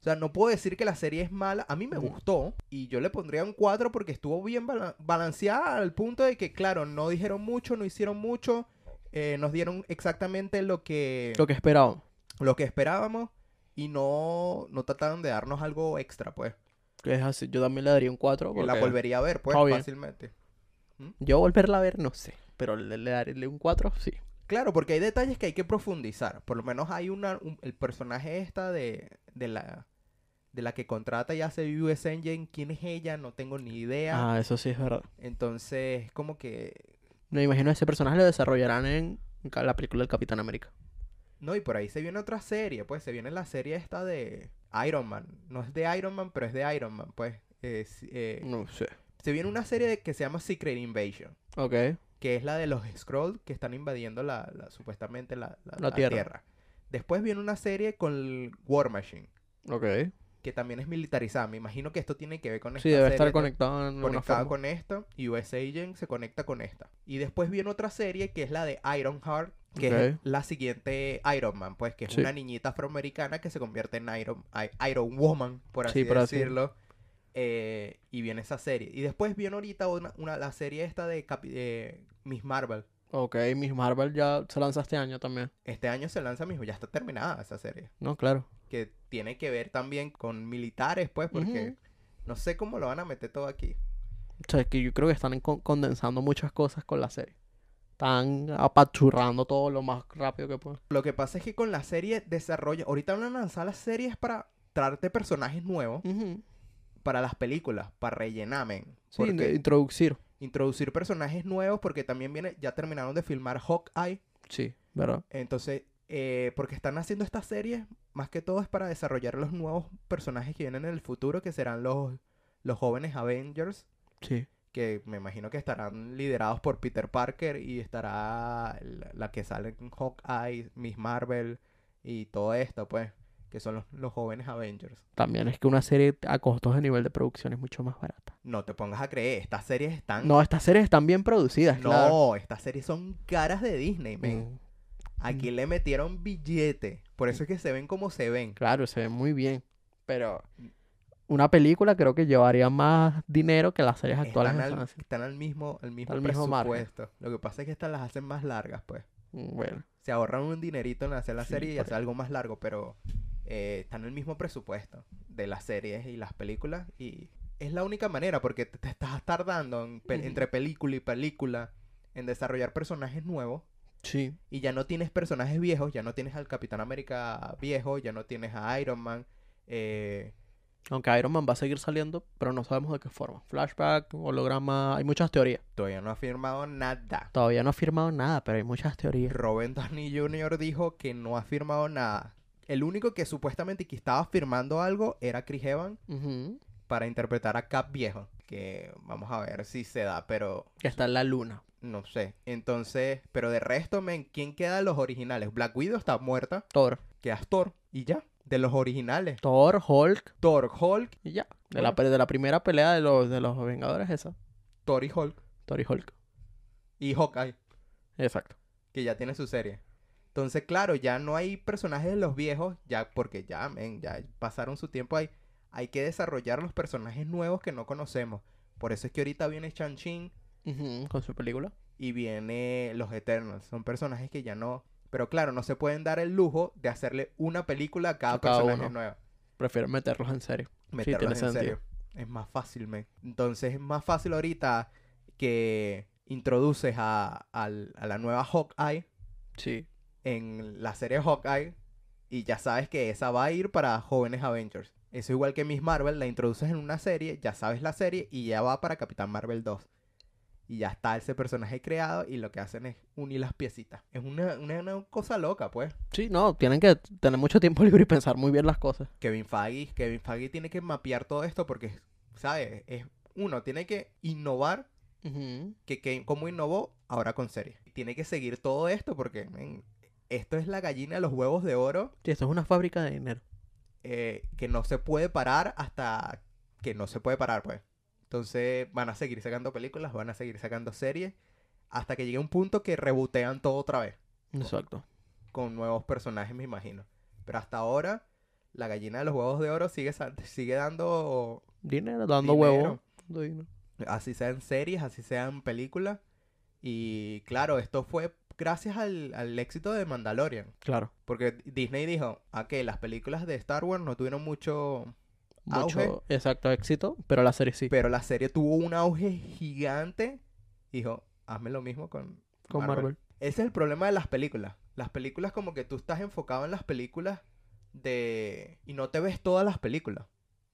Speaker 4: O sea, no puedo decir que la serie es mala. A mí me
Speaker 3: Ujú.
Speaker 4: gustó. Y yo le pondría un 4 porque estuvo bien bala- balanceada al punto de que, claro, no dijeron mucho, no hicieron mucho. eh, nos dieron exactamente lo que,
Speaker 3: Lo que esperábamos.
Speaker 4: lo que esperábamos. Y no, no trataron de darnos algo extra, pues.
Speaker 3: Que es así. Yo también le daría un 4.
Speaker 4: La volvería a ver, pues,
Speaker 3: Está bien.
Speaker 4: fácilmente.
Speaker 3: Yo volverla a ver, no sé. Pero le, le daré un 4, sí.
Speaker 4: Claro, porque hay detalles que hay que profundizar. Por lo menos hay una, un- el personaje esta de, de la de la que contrata y hace US Engine. ¿Quién es ella? No tengo ni idea.
Speaker 3: Ah, eso sí es verdad.
Speaker 4: Entonces, como que.
Speaker 3: Me imagino ese personaje lo desarrollarán en ca- la película del Capitán América.
Speaker 4: No, y por ahí se viene otra serie, pues se viene la serie esta de Iron Man. No es de Iron Man, pero es de Iron Man, pues. Eh, si- eh,
Speaker 3: No sé.
Speaker 4: Se viene una serie de- que se llama Secret Invasion,
Speaker 3: Ok.
Speaker 4: que es la de los Skrulls que están invadiendo la, la- supuestamente la, la-
Speaker 3: La
Speaker 4: la
Speaker 3: Tierra.
Speaker 4: Después viene una serie con el War Machine,
Speaker 3: Ok.
Speaker 4: que también es militarizada. Me imagino que esto tiene que ver con esta
Speaker 3: Sí, debe
Speaker 4: serie,
Speaker 3: estar
Speaker 4: ¿no?
Speaker 3: conectado en alguna
Speaker 4: conectada
Speaker 3: forma.
Speaker 4: con esta y US Agent se conecta con esta. Y después viene otra serie que es la de Ironheart, que es
Speaker 3: Ok.
Speaker 4: la siguiente Iron Man, pues que es
Speaker 3: Sí.
Speaker 4: una niñita afroamericana que se convierte en Iron, I- Iron Woman, por así
Speaker 3: Sí, por así.
Speaker 4: decirlo. Eh, y viene esa serie. Y después viene ahorita una, una- la serie esta de Capi- eh, Miss Marvel.
Speaker 3: Ok, Miss Marvel ya se lanza este año también.
Speaker 4: Este año se lanza mismo, ya está terminada esa serie.
Speaker 3: No, claro.
Speaker 4: Que tiene que ver también con militares, pues, porque
Speaker 3: Ujú.
Speaker 4: no sé cómo lo van a meter todo aquí.
Speaker 3: O sea, es que yo creo que están con- condensando muchas cosas con la serie. Están apachurrando todo lo más rápido que pueden.
Speaker 4: Lo que pasa es que con la serie desarrolla. Ahorita van a lanzar las series para traerte personajes nuevos para las películas, para rellenamen.
Speaker 3: Sí,
Speaker 4: Porque
Speaker 3: de introducir.
Speaker 4: introducir personajes nuevos, porque también viene, ya terminaron de filmar Hawkeye.
Speaker 3: Sí, ¿verdad?
Speaker 4: Entonces, eh, porque están haciendo estas series, más que todo es para desarrollar los nuevos personajes que vienen en el futuro, que serán los, los jóvenes Avengers,
Speaker 3: Sí.
Speaker 4: que me imagino que estarán liderados por Peter Parker y estará la, la que sale en Hawkeye, Miss Marvel y todo esto, pues, que son los, los jóvenes Avengers.
Speaker 3: También es que una serie a costos de nivel de producción es mucho más barata.
Speaker 4: No te pongas a creer, estas series están...
Speaker 3: No, estas series están bien producidas,
Speaker 4: No,
Speaker 3: claro.
Speaker 4: estas series son caras de Disney, men.
Speaker 3: Mm,
Speaker 4: Aquí le metieron billete. Por eso es que se ven como se ven.
Speaker 3: Claro, se ve muy bien. Pero una película creo que llevaría más dinero que las series actuales.
Speaker 4: Están
Speaker 3: que
Speaker 4: al,
Speaker 3: están haciendo.
Speaker 4: están al mismo, al mismo
Speaker 3: Al mismo margen.
Speaker 4: presupuesto. Lo que pasa es que estas las hacen más largas, pues.
Speaker 3: Mm, Bueno,
Speaker 4: Se ahorran un dinerito en hacer la
Speaker 3: Sí,
Speaker 4: serie y
Speaker 3: por
Speaker 4: hacer algo más largo, pero eh, están en el mismo presupuesto de las series y las películas. Y es la única manera, porque te, te estás tardando en pe-
Speaker 3: Ujú.
Speaker 4: entre película y película en desarrollar personajes nuevos.
Speaker 3: sí.
Speaker 4: y ya no tienes personajes viejos, ya no tienes al Capitán América viejo, ya no tienes a Iron Man. eh,
Speaker 3: Aunque Iron Man va a seguir saliendo, pero no sabemos de qué forma. Flashback, holograma, hay muchas teorías.
Speaker 4: todavía no ha firmado nada.
Speaker 3: Todavía no ha firmado nada, pero hay muchas teorías.
Speaker 4: Robert Downey Jr. dijo que no ha firmado nada. El único que supuestamente que estaba firmando algo era Chris Evans
Speaker 3: Ujú.
Speaker 4: para interpretar a Cap viejo. que vamos a ver si se da, pero
Speaker 3: Que está en la luna.
Speaker 4: no sé. Entonces, pero de resto, men, ¿quién queda de los originales? Black Widow está muerta,
Speaker 3: Thor.
Speaker 4: queda Thor y ya, de los originales.
Speaker 3: Thor, Hulk
Speaker 4: Thor, Hulk,
Speaker 3: y ya. De, la, pe- de la primera pelea de los, de los Vengadores esa.
Speaker 4: Thor y Hulk
Speaker 3: Thor y Hulk.
Speaker 4: y Hawkeye.
Speaker 3: Exacto.
Speaker 4: que ya tiene su serie. Entonces, claro, ya no hay personajes de los viejos, ya porque ya, men, ya pasaron su tiempo ahí. Hay que desarrollar los personajes nuevos que no conocemos. Por eso es que ahorita viene Chan-Chin
Speaker 3: Ujú, Con su película.
Speaker 4: y viene los Eternals. Son personajes que ya no... Pero claro, no se pueden dar el lujo de hacerle una película a cada,
Speaker 3: A cada
Speaker 4: personaje
Speaker 3: uno.
Speaker 4: nuevo.
Speaker 3: Prefiero meterlos en serio.
Speaker 4: Meterlos
Speaker 3: tiene
Speaker 4: en serio. Es más fácil, men. Entonces es más fácil ahorita que introduces a, al- a la nueva Hawkeye
Speaker 3: Sí.
Speaker 4: en la serie Hawkeye y ya sabes que esa va a ir para jóvenes Avengers. Eso igual que Miss Marvel, la introduces en una serie, ya sabes la serie y ya va para Capitán Marvel 2. Y ya está ese personaje creado y lo que hacen es unir las piecitas. Es una, una- una cosa loca, pues.
Speaker 3: Sí, no, tienen que tener mucho tiempo libre y pensar muy bien las cosas.
Speaker 4: Kevin Feige, Kevin Feige tiene que mapear todo esto porque, ¿sabes? Es, uno, tiene que innovar que, que cómo innovó ahora con series. Tiene que seguir todo esto porque, men, esto es la gallina de los huevos de oro
Speaker 3: Sí, esto es una fábrica de dinero.
Speaker 4: eh, que no se puede parar hasta que no se puede parar, pues. Entonces van a seguir sacando películas, van a seguir sacando series, hasta que llegue un punto que rebotean todo otra vez,
Speaker 3: Exacto.
Speaker 4: con nuevos personajes, me imagino. Pero hasta ahora, la gallina de los huevos de oro sigue, sa- sigue dando
Speaker 3: Dinero, dando
Speaker 4: Dinero.
Speaker 3: huevo. dando dinero.
Speaker 4: así sean series, así sean películas. Y claro, esto fue gracias al, al éxito de Mandalorian.
Speaker 3: Claro.
Speaker 4: Porque Disney dijo, a que las películas de Star Wars no tuvieron mucho,
Speaker 3: Mucho,
Speaker 4: Auge.
Speaker 3: exacto, éxito, pero la serie sí.
Speaker 4: Pero la serie tuvo un auge gigante. Dijo, hazme lo mismo con,
Speaker 3: con Marvel.
Speaker 4: Ese es el problema de las películas. Las películas como que tú estás enfocado en las películas de... Y no te ves todas las películas.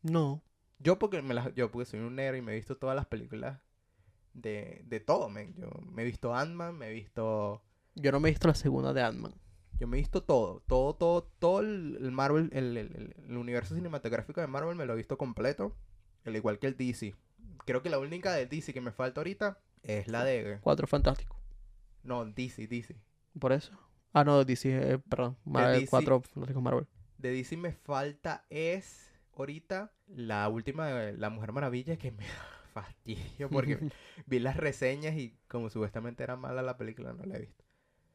Speaker 3: No.
Speaker 4: Yo porque, me las... yo porque soy un negro y me he visto todas las películas de, de todo, men. Yo me he visto Ant-Man, me he visto...
Speaker 3: Yo no me he visto la segunda de Ant-Man.
Speaker 4: Yo me he visto todo. Todo, todo, todo el el Marvel, el, el- el universo cinematográfico de Marvel me lo he visto completo. Al igual que el DC. Creo que la única de DC que me falta ahorita es la de...
Speaker 3: Cuatro Fantásticos.
Speaker 4: No, DC, DC.
Speaker 3: Por eso. Ah, no, DC, eh, perdón. Marvel,
Speaker 4: DC.
Speaker 3: Cuatro Fantásticos Marvel.
Speaker 4: De DC me falta es ahorita la última de La Mujer Maravilla que me da fastidio porque vi las reseñas y como supuestamente era mala la película no la he visto.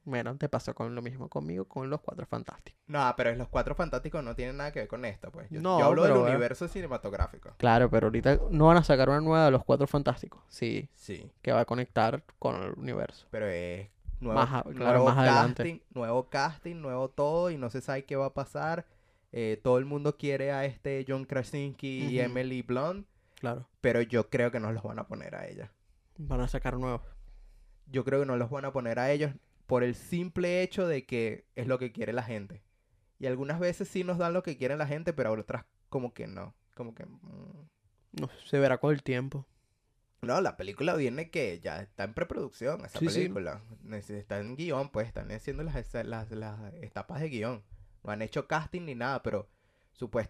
Speaker 3: Bueno, te pasó con lo mismo conmigo con los Cuatro Fantásticos.
Speaker 4: No, pero los Cuatro Fantásticos no tienen nada que ver con esta, pues. Yo,
Speaker 3: No,
Speaker 4: yo hablo del
Speaker 3: pero, eh.
Speaker 4: universo cinematográfico.
Speaker 3: Claro, pero ahorita no van a sacar una nueva de los Cuatro Fantásticos. Sí,
Speaker 4: Sí,
Speaker 3: que va a conectar con el universo.
Speaker 4: pero es nuevo,
Speaker 3: Más a- claro,
Speaker 4: nuevo
Speaker 3: más adelante.
Speaker 4: casting, nuevo casting, nuevo todo y no se sabe qué va a pasar. Eh, todo el mundo quiere a este John Krasinski y
Speaker 3: Ujú.
Speaker 4: Emily Blunt,
Speaker 3: Claro.
Speaker 4: pero yo creo que no los van a poner a ella.
Speaker 3: Van a sacar nuevos.
Speaker 4: yo creo que no los van a poner a ellos por el simple hecho de que es lo que quiere la gente. Y algunas veces sí nos dan lo que quiere la gente, pero otras como que no. Como que... mm.
Speaker 3: No, se verá con el tiempo.
Speaker 4: No, la película viene que ya está en preproducción, esa
Speaker 3: Sí, sí.
Speaker 4: película. Neces- Está en guión, pues, están haciendo las, esa- las, las etapas de guión. No han hecho casting ni nada, pero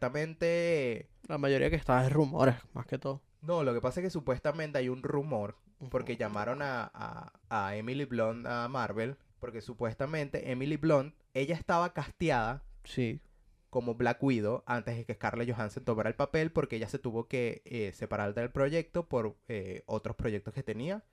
Speaker 4: supuestamente...
Speaker 3: La mayoría que está es rumores, más que todo.
Speaker 4: No, lo que pasa es que supuestamente hay un rumor porque llamaron a, a- a Emily Blunt a Marvel, porque supuestamente Emily Blunt, ella estaba casteada
Speaker 3: Sí.
Speaker 4: como Black Widow antes de que Scarlett Johansson tomara el papel, porque ella se tuvo que eh, separar del proyecto por eh, otros proyectos que tenía,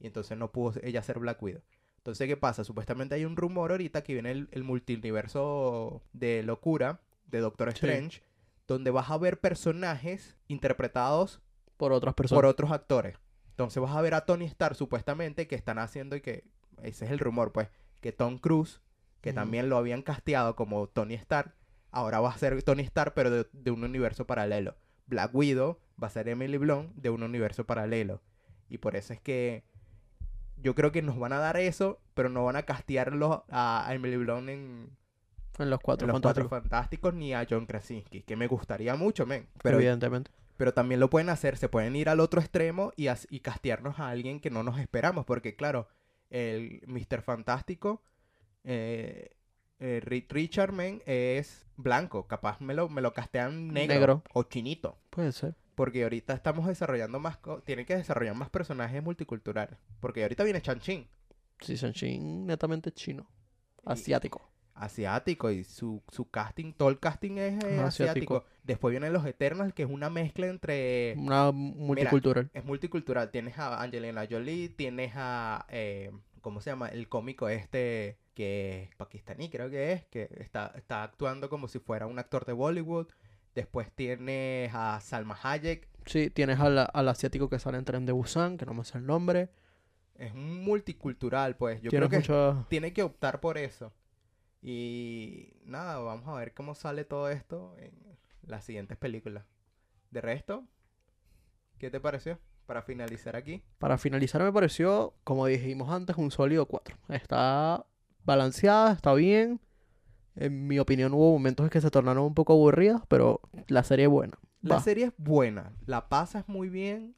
Speaker 4: y entonces no pudo ella ser Black Widow. Entonces, ¿qué pasa? Supuestamente hay un rumor ahorita que viene el, el multiverso de locura de Doctor
Speaker 3: Sí.
Speaker 4: Strange, donde vas a ver personajes interpretados
Speaker 3: Por otras personas.
Speaker 4: por otros actores. Entonces vas a ver a Tony Stark, supuestamente, que están haciendo y que. Ese es el rumor, pues. Que Tom Cruise, que
Speaker 3: Ujú.
Speaker 4: también lo habían casteado como Tony Stark, ahora va a ser Tony Stark, pero de, de un universo paralelo. Black Widow va a ser Emily Blunt de un universo paralelo. Y por eso es que. Yo creo que nos van a dar eso, pero no van a castearlo a a Emily Blunt en,
Speaker 3: En los Cuatro
Speaker 4: en Los Cuatro
Speaker 3: Fantásticos.
Speaker 4: Fantásticos ni a John Krasinski, que me gustaría mucho, men. Pero
Speaker 3: evidentemente.
Speaker 4: pero también lo pueden hacer, se pueden ir al otro extremo y, as- y castearnos a alguien que no nos esperamos, porque claro, el Mr. Fantástico, eh, eh, Ri- Richard Men es blanco, capaz me lo, me lo castean negro,
Speaker 3: Negro.
Speaker 4: o chinito.
Speaker 3: Puede ser.
Speaker 4: Porque ahorita estamos desarrollando más... co- Tienen que desarrollar más personajes multiculturales. Porque ahorita viene Chan-Chin.
Speaker 3: Sí, Shang-Chi netamente chino. Asiático.
Speaker 4: Asiático. Y su, su casting... Todo el casting es eh,
Speaker 3: Asiático.
Speaker 4: asiático. Después vienen los Eternals, que es una mezcla entre...
Speaker 3: Una multicultural.
Speaker 4: Es multicultural. Tienes a Angelina Jolie, tienes a. eh, ¿Cómo se llama? El cómico este que es pakistaní, creo que es, que está, está actuando como si fuera un actor de Bollywood. Después tienes a Salma Hayek.
Speaker 3: Sí, tienes al, al asiático que sale en Tren de Busan, que no me sé el nombre.
Speaker 4: Es un multicultural, pues. Yo
Speaker 3: tienes
Speaker 4: creo que
Speaker 3: muchas...
Speaker 4: tiene que optar por eso. Y nada, vamos a ver cómo sale todo esto en las siguientes películas. De resto, ¿qué te pareció? Para finalizar aquí.
Speaker 3: Para finalizar, me pareció, como dijimos antes, un sólido 4. Está balanceada, está bien. En mi opinión, hubo momentos en que se tornaron un poco aburridas, pero la serie es buena.
Speaker 4: La
Speaker 3: Va.
Speaker 4: serie es buena, la pasas muy bien,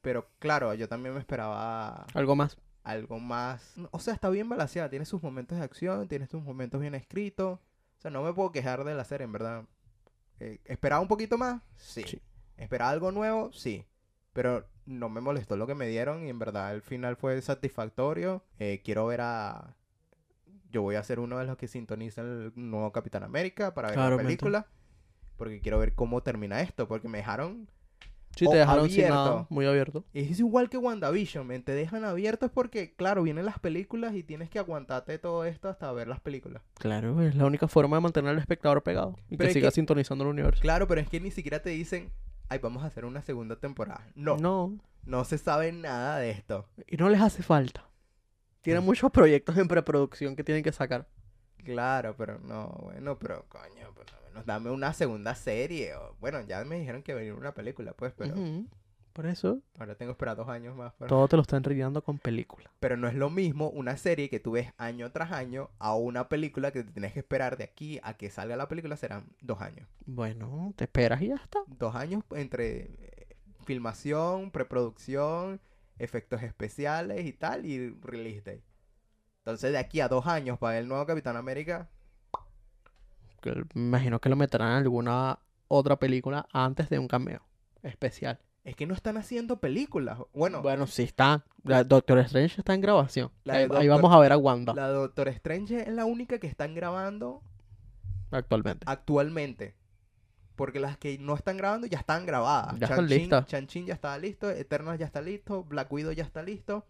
Speaker 4: pero claro, yo también me esperaba
Speaker 3: Algo más.
Speaker 4: algo más. O sea, está bien balanceada, tiene sus momentos de acción, tiene sus momentos bien escritos. O sea, no me puedo quejar de la serie, en verdad. Eh, ¿Esperaba un poquito más? Sí.
Speaker 3: Sí.
Speaker 4: ¿Esperaba algo nuevo? Sí. Pero no me molestó lo que me dieron y en verdad el final fue satisfactorio. Eh, quiero ver a... Yo voy a ser uno de los que sintonizan el nuevo Capitán América para ver la
Speaker 3: Claramente.
Speaker 4: película. Porque quiero ver cómo termina esto, porque me dejaron
Speaker 3: Sí,
Speaker 4: O
Speaker 3: te dejaron sin
Speaker 4: abierto.
Speaker 3: nada, muy abierto.
Speaker 4: es igual que WandaVision, men, te dejan abiertos porque, claro, vienen las películas y tienes que aguantarte todo esto hasta ver las películas.
Speaker 3: Claro, es la única forma de mantener al espectador pegado y
Speaker 4: Pero
Speaker 3: que
Speaker 4: es
Speaker 3: siga
Speaker 4: que-
Speaker 3: sintonizando el universo.
Speaker 4: Claro, pero es que ni siquiera te dicen, ay, vamos a hacer una segunda temporada. No, no,
Speaker 3: No,
Speaker 4: se sabe nada de esto.
Speaker 3: y no les hace falta. Mm. Tienen muchos proyectos en preproducción que tienen que sacar.
Speaker 4: Claro, pero no, bueno, pero coño, por lo menos dame una segunda serie. o- bueno, ya me dijeron que venía una película, pues, pero
Speaker 3: Ujú. Por eso,
Speaker 4: ahora tengo que esperar dos años más. para-
Speaker 3: todo te lo están rellenando con películas.
Speaker 4: Pero no es lo mismo una serie que tú ves año tras año a una película que te tienes que esperar de aquí a que salga la película serán dos años.
Speaker 3: Bueno, te esperas y ya está.
Speaker 4: dos años entre eh, filmación, preproducción, efectos especiales y tal, y release day. Entonces, de aquí a dos años para el nuevo Capitán América,
Speaker 3: que l- me imagino que lo meterán en alguna otra película antes de un cameo especial.
Speaker 4: es que no están haciendo películas. Bueno,
Speaker 3: Bueno, sí está. La Doctor Strange está en grabación.
Speaker 4: La
Speaker 3: ahí,
Speaker 4: de
Speaker 3: ahí
Speaker 4: Doctor-
Speaker 3: vamos a ver a Wanda
Speaker 4: la Doctor Strange es la única que están grabando
Speaker 3: actualmente.
Speaker 4: Ah, actualmente. Porque las que no están grabando ya están grabadas.
Speaker 3: Ya están
Speaker 4: Shang-Chi-
Speaker 3: listas.
Speaker 4: Shang-Chi ya está listo, Eternals ya está listo, Black Widow ya está listo.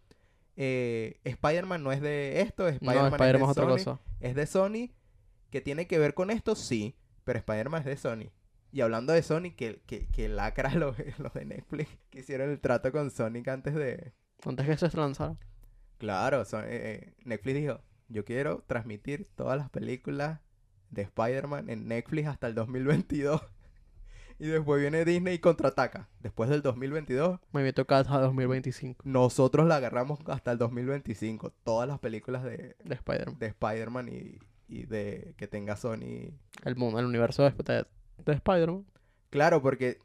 Speaker 4: eh, Spider-Man no es de esto,
Speaker 3: no,
Speaker 4: Spider-Man es
Speaker 3: Spider-Man
Speaker 4: de
Speaker 3: es otra
Speaker 4: Sony.
Speaker 3: cosa.
Speaker 4: ¿Es de Sony? ¿Que tiene que ver con esto? Sí, pero Spider-Man es de Sony. Y hablando de Sony, que, que, que lacra los, los de Netflix que hicieron el trato con Sonic antes de...
Speaker 3: Antes que se lanzara.
Speaker 4: Claro, son- eh, eh, Netflix dijo, yo quiero transmitir todas las películas de Spider-Man en Netflix hasta el 2022. Y después viene Disney y contraataca. Después del 2022,
Speaker 3: Me vi tocada hasta 2025
Speaker 4: nosotros la agarramos hasta el 2025. Todas las películas de,
Speaker 3: de Spider-Man.
Speaker 4: de Spider-Man y, y de que tenga Sony
Speaker 3: El mundo, el universo de, de- de Spider-Man.
Speaker 4: Claro, porque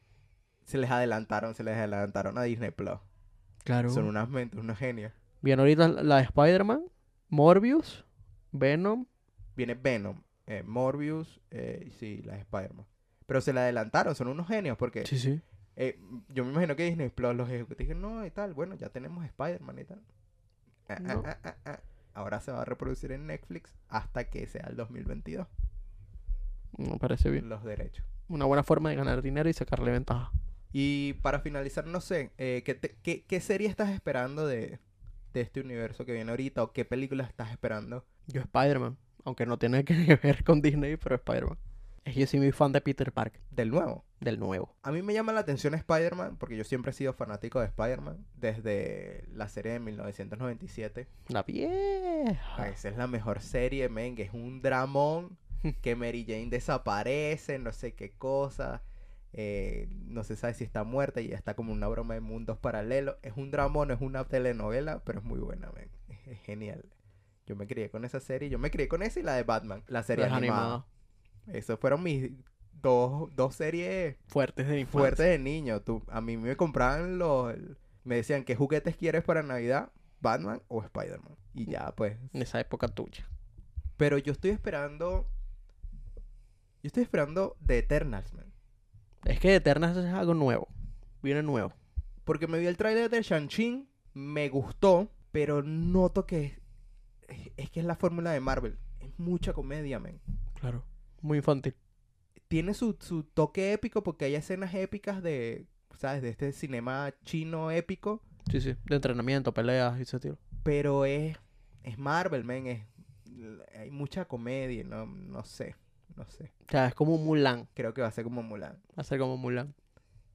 Speaker 4: se les adelantaron, se les adelantaron a Disney Plus.
Speaker 3: Claro.
Speaker 4: Son unas mentes, unos genios.
Speaker 3: Bien, ahorita la de Spider-Man, Morbius, Venom.
Speaker 4: Viene Venom, eh, Morbius, eh, y sí, las Spider-Man. Pero se le adelantaron, son unos genios porque
Speaker 3: Sí, sí.
Speaker 4: eh, yo me imagino que Disney Plus los ejecutivos dijeron, no, y tal, bueno, ya tenemos Spider-Man y tal. Ah, ah,
Speaker 3: No.
Speaker 4: ah, ah, ah. Ahora se va a reproducir en Netflix hasta que sea el 2022
Speaker 3: Me parece bien.
Speaker 4: los derechos.
Speaker 3: Una buena forma de ganar dinero y sacarle ventaja.
Speaker 4: Y para finalizar, no sé, eh, ¿qué, te- qué, qué serie estás esperando de, de este universo que viene ahorita? ¿O qué película estás esperando?
Speaker 3: Yo Spider-Man, aunque no tiene que ver con Disney, pero Spider-Man. Es que yo soy muy fan de Peter Parker,
Speaker 4: Del nuevo.
Speaker 3: del nuevo.
Speaker 4: A mí me llama la atención Spider-Man, porque yo siempre he sido fanático de Spider-Man, desde la serie de 1997.
Speaker 3: La vieja.
Speaker 4: Pues, Esa es la mejor serie, men, que es un dramón, que Mary Jane desaparece, no sé qué cosa, eh, no se sabe si está muerta y ya está como una broma de mundos paralelos. Es un dramón, es una telenovela, pero es muy buena, men. Es genial. Yo me crié con esa serie, yo me crié con esa y la de Batman, la serie
Speaker 3: Las
Speaker 4: animada. Esas fueron mis dos, dos series
Speaker 3: Fuertes de la infancia.
Speaker 4: fuerte de niño. Tú, a mí me compraban los... Me decían, ¿qué juguetes quieres para Navidad? ¿Batman o Spider-Man? Y ya, pues.
Speaker 3: En esa época tuya.
Speaker 4: Pero yo estoy esperando... Yo estoy esperando The Eternals, man.
Speaker 3: Es que Eternas es algo nuevo. viene nuevo.
Speaker 4: Porque me vi el tráiler de Shang-Chi, me gustó, pero noto que es, es que es la fórmula de Marvel. Es mucha comedia, men.
Speaker 3: Claro. Muy infantil.
Speaker 4: Tiene su, su toque épico porque hay escenas épicas de, ¿sabes? De este cinema chino épico,
Speaker 3: Sí, sí. De entrenamiento, peleas y ese tiro.
Speaker 4: pero es, es Marvel, men. Es, hay mucha comedia, no, no sé, no sé.
Speaker 3: O sea, es como un Mulan.
Speaker 4: Creo que va a ser como Mulan.
Speaker 3: Va a ser como Mulan.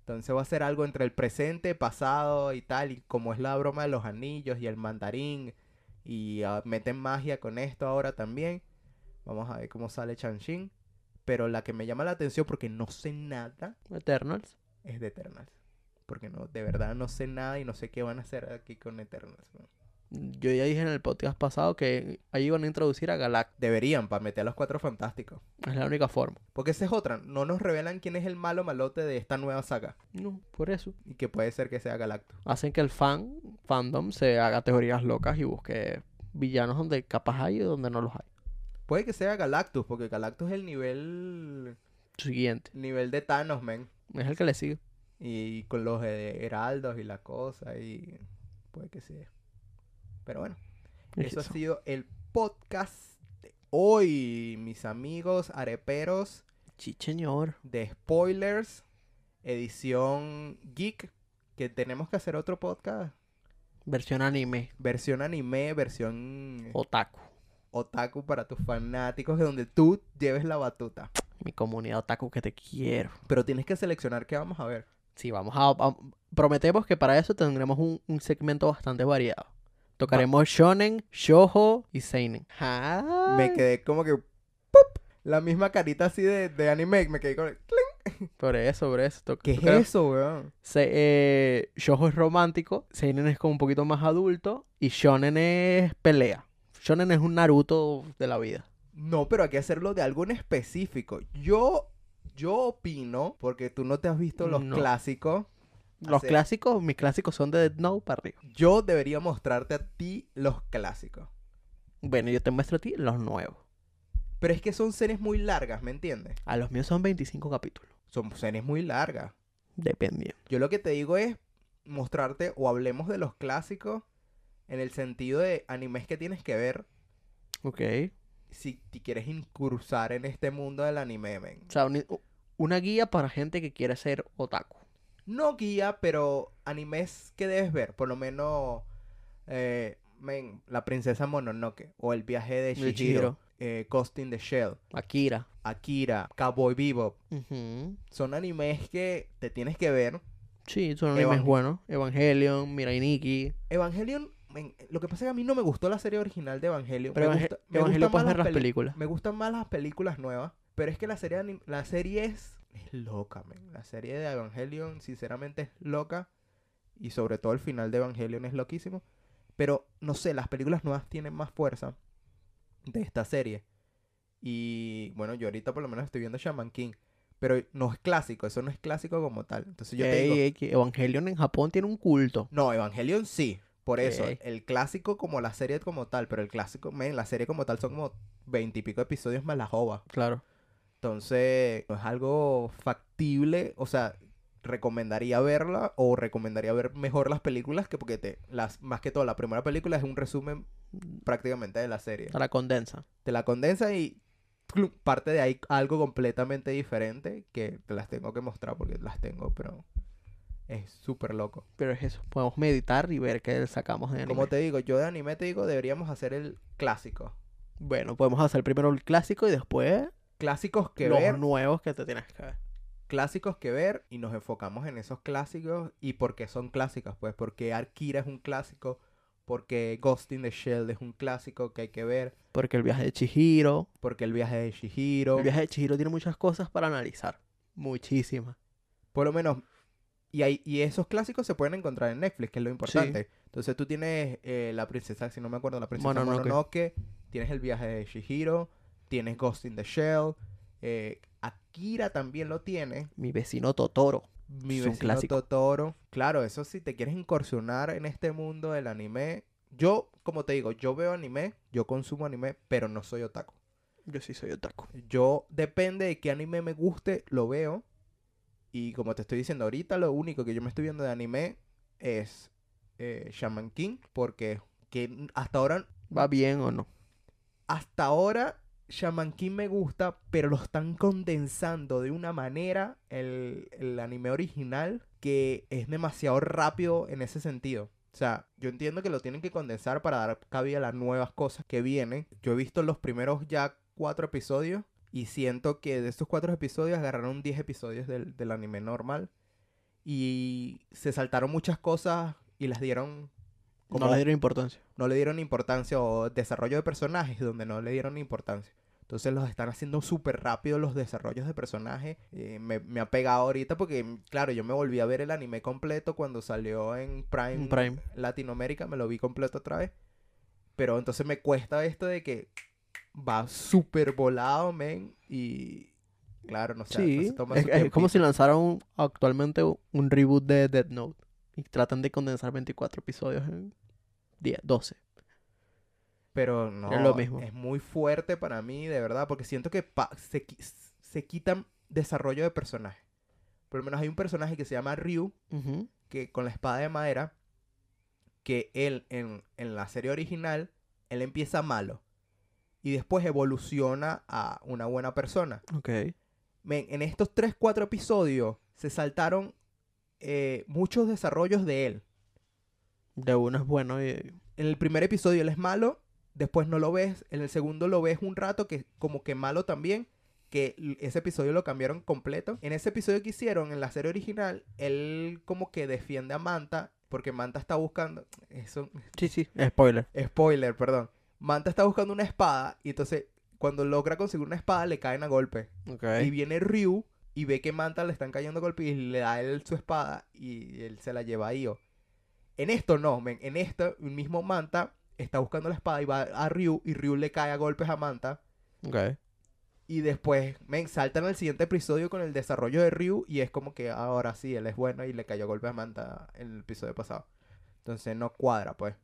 Speaker 4: Entonces va a ser algo entre el presente, pasado y tal, y como es la broma de los anillos y el mandarín, y ah, meten magia con esto ahora también. Vamos a ver cómo sale Chanshin. Pero la que me llama la atención porque no sé nada
Speaker 3: Eternals.
Speaker 4: es de Eternals. Porque no, de verdad no sé nada y no sé qué van a hacer aquí con Eternals. man.
Speaker 3: Yo ya dije en el podcast pasado que ahí van a introducir a Galactus.
Speaker 4: Deberían para meter a los cuatro fantásticos.
Speaker 3: Es la única forma.
Speaker 4: Porque esa es otra. No nos revelan quién es el malo malote de esta nueva saga.
Speaker 3: No, por eso.
Speaker 4: Y que puede ser que sea Galactus.
Speaker 3: Hacen que el fan, fandom, se haga teorías locas y busque villanos donde capaz hay y donde no los hay.
Speaker 4: Puede que sea Galactus, porque Galactus es el nivel
Speaker 3: Siguiente.
Speaker 4: nivel de Thanos, men.
Speaker 3: Es el que le sigue.
Speaker 4: Y con los eh, heraldos y la cosa y puede que sea. Pero bueno, eso ha sido el podcast de hoy, mis amigos areperos
Speaker 3: Sí, señor.
Speaker 4: de spoilers, edición geek, que tenemos que hacer otro podcast.
Speaker 3: Versión anime.
Speaker 4: Versión anime, versión
Speaker 3: Otaku.
Speaker 4: otaku para tus fanáticos, de donde tú lleves la batuta.
Speaker 3: Mi comunidad otaku que te quiero.
Speaker 4: Pero tienes que seleccionar qué vamos a ver.
Speaker 3: Sí, vamos a... a- prometemos que para eso tendremos un, un segmento bastante variado. Tocaremos shonen, shoujo y seinen. Ah,
Speaker 4: Me quedé como que. ¡pup! La misma carita así de, de anime. Me quedé con. el ¡cling!
Speaker 3: Por eso, por eso. to-
Speaker 4: ¿Qué es
Speaker 3: toca-
Speaker 4: eso, weón?
Speaker 3: Se, eh, shoujo es romántico, seinen es como un poquito más adulto y shonen es pelea. Shonen es un Naruto de la vida.
Speaker 4: No, pero hay que hacerlo de algo en específico. Yo. Yo opino, porque tú no te has visto los
Speaker 3: No.
Speaker 4: clásicos.
Speaker 3: Los
Speaker 4: Hacer-
Speaker 3: clásicos, mis clásicos son de Death Note para arriba.
Speaker 4: Yo debería mostrarte a ti los clásicos.
Speaker 3: Bueno, yo te muestro a ti los nuevos.
Speaker 4: Pero es que son series muy largas, ¿me entiendes?
Speaker 3: A los míos son 25 capítulos,
Speaker 4: Son series muy largas.
Speaker 3: dependiendo.
Speaker 4: Yo lo que te digo es mostrarte o hablemos de los clásicos en el sentido de animes que tienes que ver
Speaker 3: Ok.
Speaker 4: si te quieres incursar en este mundo del anime, men.
Speaker 3: O sea, un- una guía para gente que quiere ser otaku.
Speaker 4: No guía, pero animes que debes ver. Por lo menos, eh, men, La Princesa Mononoke. O El Viaje de
Speaker 3: De
Speaker 4: Shihiro.
Speaker 3: Chihiro.
Speaker 4: eh, Ghost in the Shell.
Speaker 3: Akira.
Speaker 4: Akira. Cowboy Bebop.
Speaker 3: Ujú.
Speaker 4: Son animes que te tienes que ver.
Speaker 3: Sí, son animes
Speaker 4: Evangel-
Speaker 3: buenos. Evangelion, Mirai Nikki.
Speaker 4: Evangelion, men, lo que pasa es que a mí no me gustó la serie original de Evangelion.
Speaker 3: Pero
Speaker 4: me
Speaker 3: Evangel-
Speaker 4: gusta- me
Speaker 3: Evangelion
Speaker 4: gustan
Speaker 3: puedes
Speaker 4: más
Speaker 3: ver las
Speaker 4: peli-
Speaker 3: películas.
Speaker 4: Me gustan más las películas nuevas. Pero es que la serie, anim- la serie es, es loca, men. La serie de Evangelion, sinceramente, es loca. Y sobre todo el final de Evangelion es loquísimo. Pero, no sé, las películas nuevas tienen más fuerza de esta serie. Y, bueno, yo ahorita por lo menos estoy viendo Shaman King. Pero no es clásico, eso no es clásico como tal. Entonces yo te
Speaker 3: Ey,
Speaker 4: digo...
Speaker 3: ey, que Evangelion en Japón tiene un culto.
Speaker 4: No, Evangelion sí. Por eso,
Speaker 3: Ok.
Speaker 4: el clásico como la serie como tal, pero el clásico, men, la serie como tal son como veintipico episodios más la jova.
Speaker 3: Claro.
Speaker 4: Entonces, no es algo factible, o sea, recomendaría verla o recomendaría ver mejor las películas que porque te, las, más que todo, la primera película es un resumen prácticamente de la serie.
Speaker 3: A la condensa.
Speaker 4: Te la condensa y ¡clum! parte de ahí algo completamente diferente que te las tengo que mostrar porque las tengo, pero es súper loco.
Speaker 3: Pero es eso. Podemos meditar y ver qué sacamos de anime.
Speaker 4: Como te digo, yo de anime te digo, deberíamos hacer el clásico.
Speaker 3: Bueno, podemos hacer primero el clásico y después
Speaker 4: Clásicos que
Speaker 3: los
Speaker 4: ver,
Speaker 3: nuevos que te tienes que ver.
Speaker 4: clásicos que ver, y nos enfocamos en esos clásicos y por qué son clásicos, pues porque Akira es un clásico, porque Ghost in the Shell es un clásico que hay que ver,
Speaker 3: Porque el viaje de Chihiro.
Speaker 4: porque el viaje de Shihiro,
Speaker 3: El viaje de Chihiro tiene muchas cosas para analizar. Muchísimas.
Speaker 4: por lo menos, y, hay, y esos clásicos se pueden encontrar en Netflix, que es lo importante. Entonces tú tienes eh, la princesa, si no me acuerdo, la princesa
Speaker 3: Mononoke.
Speaker 4: Mononoke, tienes el viaje de Shihiro, tienes Ghost in the Shell, eh, Akira también lo tiene.
Speaker 3: Mi vecino Totoro.
Speaker 4: Mi
Speaker 3: Es un
Speaker 4: vecino
Speaker 3: clásico.
Speaker 4: Totoro. Claro, eso si te quieres incursionar en este mundo del anime. Yo, como te digo, yo veo anime, yo consumo anime, pero no soy otaku.
Speaker 3: Yo sí soy otaku.
Speaker 4: Yo depende de qué anime me guste, lo veo. Y como te estoy diciendo ahorita, lo único que yo me estoy viendo de anime es eh, Shaman King, porque que hasta ahora,
Speaker 3: ¿Va bien o no?
Speaker 4: hasta ahora Shaman King me gusta, pero lo están condensando de una manera el, el anime original que es demasiado rápido en ese sentido. O sea, yo entiendo que lo tienen que condensar para dar cabida a las nuevas cosas que vienen. Yo he visto los primeros ya cuatro episodios y siento que de estos cuatro episodios agarraron 10 episodios del, del anime normal y se saltaron muchas cosas y las dieron
Speaker 3: No le dieron importancia.
Speaker 4: no le dieron importancia o desarrollo de personajes donde no le dieron importancia. Entonces los están haciendo súper rápido los desarrollos de personajes. Eh, me, me ha pegado ahorita porque, mm, claro, yo me volví a ver el anime completo cuando salió en Prime,
Speaker 3: En Prime.
Speaker 4: Latinoamérica, me lo vi completo otra vez. Pero entonces me cuesta esto de que va súper volado, men, y claro, no sé,
Speaker 3: sí.
Speaker 4: se toma
Speaker 3: es,
Speaker 4: su
Speaker 3: es como
Speaker 4: tiempito.
Speaker 3: si lanzaran un- actualmente un- un reboot de Dead Note y tratan de condensar 24 episodios en 10, 12.
Speaker 4: Pero no,
Speaker 3: Era lo mismo.
Speaker 4: es muy fuerte para mí, de verdad, porque siento que pa- se, qui- se quitan desarrollo de personajes. Por lo menos hay un personaje que se llama Ryu,
Speaker 3: Ujú.
Speaker 4: que con la espada de madera, que él en, en la serie original, él empieza malo y después evoluciona a una buena persona.
Speaker 3: Ok.
Speaker 4: Men, en estos 3-4 episodios se saltaron eh, muchos desarrollos de él.
Speaker 3: De uno es bueno y...
Speaker 4: En el primer episodio él es malo, después no lo ves, en el segundo lo ves un rato que como que malo también, que l- ese episodio lo cambiaron completo. En ese episodio que hicieron en la serie original, él como que defiende a Manta porque Manta está buscando eso
Speaker 3: Sí, sí. Spoiler.
Speaker 4: spoiler, perdón. Manta está buscando una espada y entonces cuando logra conseguir una espada le caen a golpe.
Speaker 3: Ok.
Speaker 4: Y viene Ryu y ve que Manta le están cayendo golpes y le da él su espada y él se la lleva a Io. En esto no, men. En esto, el mismo Manta está buscando la espada y va a Ryu y Ryu le cae a golpes a Manta.
Speaker 3: Ok.
Speaker 4: Y después, men, saltan al siguiente episodio con el desarrollo de Ryu y es como que ahora sí, él es bueno y le cayó a golpes a Manta en el episodio pasado. Entonces no cuadra, pues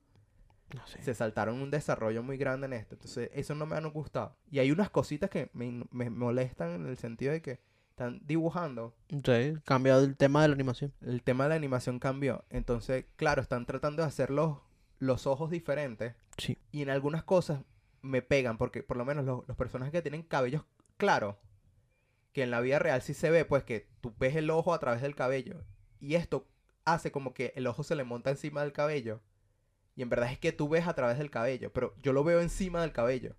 Speaker 3: No sé.
Speaker 4: se saltaron un desarrollo muy grande en esto. Entonces, eso no me han gustado. Y hay unas cositas que me, in- me molestan en el sentido de que están dibujando.
Speaker 3: Sí, cambiado el tema de la animación.
Speaker 4: El tema de la animación cambió. Entonces, claro, están tratando de hacer los, los ojos diferentes.
Speaker 3: Sí.
Speaker 4: Y en algunas cosas me pegan, porque por lo menos los, los personajes que tienen cabellos claros, que en la vida real sí se ve, pues que tú ves el ojo a través del cabello. Y esto hace como que el ojo se le monta encima del cabello. Y en verdad es que tú ves a través del cabello, pero yo lo veo encima del cabello.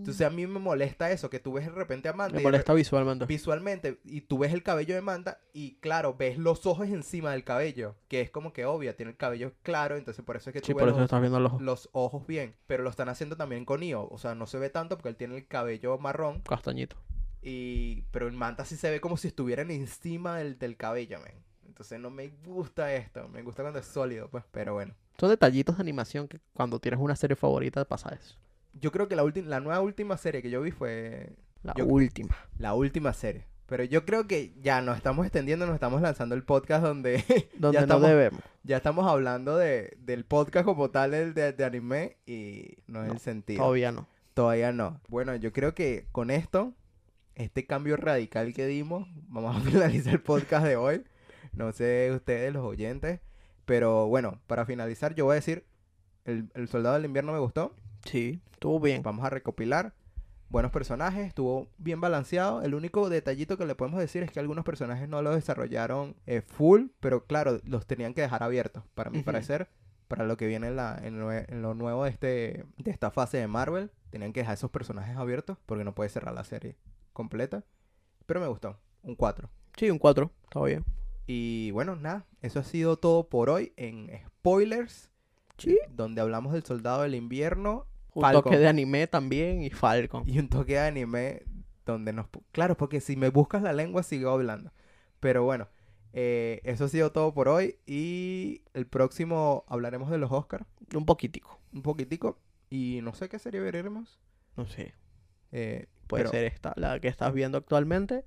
Speaker 4: Entonces a mí me molesta eso, que tú ves de repente a Manta
Speaker 3: me
Speaker 4: y de re-
Speaker 3: molesta visualmente.
Speaker 4: visualmente y tú ves el cabello de Manta y claro, ves los ojos encima del cabello, que es como que obvio, tiene el cabello claro, entonces por eso es que
Speaker 3: Sí,
Speaker 4: tú ves
Speaker 3: por eso
Speaker 4: los,
Speaker 3: estás viendo los ojos.
Speaker 4: los ojos bien, pero lo están haciendo también con Io, o sea, no se ve tanto porque él tiene el cabello marrón
Speaker 3: Castañito.
Speaker 4: y pero el Manta sí se ve como si estuvieran encima del, del cabello, men. Entonces no me gusta esto, me gusta cuando es sólido, pues, pero bueno.
Speaker 3: Son detallitos de animación que cuando tienes una serie favorita pasa eso.
Speaker 4: Yo creo que la última la nueva última serie que yo vi fue
Speaker 3: La
Speaker 4: Yo-
Speaker 3: última.
Speaker 4: la última serie. Pero yo creo que ya nos estamos extendiendo, nos estamos lanzando el podcast donde,
Speaker 3: Donde
Speaker 4: ya,
Speaker 3: no
Speaker 4: estamos,
Speaker 3: debemos.
Speaker 4: ya estamos hablando de, del podcast como tal el de, de anime y no es
Speaker 3: No,
Speaker 4: el sentido.
Speaker 3: Todavía no.
Speaker 4: Todavía no. Bueno, yo creo que con esto, este cambio radical que dimos, vamos a finalizar el podcast de hoy. No sé ustedes, los oyentes, pero bueno, para finalizar yo voy a decir, el, el Soldado del Invierno me gustó.
Speaker 3: Sí, estuvo bien.
Speaker 4: Vamos a recopilar. Buenos personajes, estuvo bien balanceado. El único detallito que le podemos decir es que algunos personajes no los desarrollaron eh, full, pero claro, los tenían que dejar abiertos, para mi
Speaker 3: Ujú.
Speaker 4: parecer, para lo que viene en, la- en lo, en lo nuevo de, este, de esta fase de Marvel. Tenían que dejar esos personajes abiertos porque no puede cerrar la serie completa. Pero me gustó, un 4.
Speaker 3: Sí, un 4. Está bien.
Speaker 4: Y bueno, nada, eso ha sido todo por hoy en Spoilers,
Speaker 3: Sí.
Speaker 4: donde hablamos del Soldado del Invierno
Speaker 3: Un
Speaker 4: Falcon.
Speaker 3: toque de anime también y Falcon.
Speaker 4: y un toque de anime donde nos... pu- Claro, porque si me buscas la lengua sigo hablando. Pero bueno, eh, eso ha sido todo por hoy y el próximo hablaremos de los Oscars
Speaker 3: Un poquitico.
Speaker 4: un poquitico y no sé qué serie veremos.
Speaker 3: No sé.
Speaker 4: Eh,
Speaker 3: Puede
Speaker 4: pero
Speaker 3: ser esta, la que estás viendo actualmente.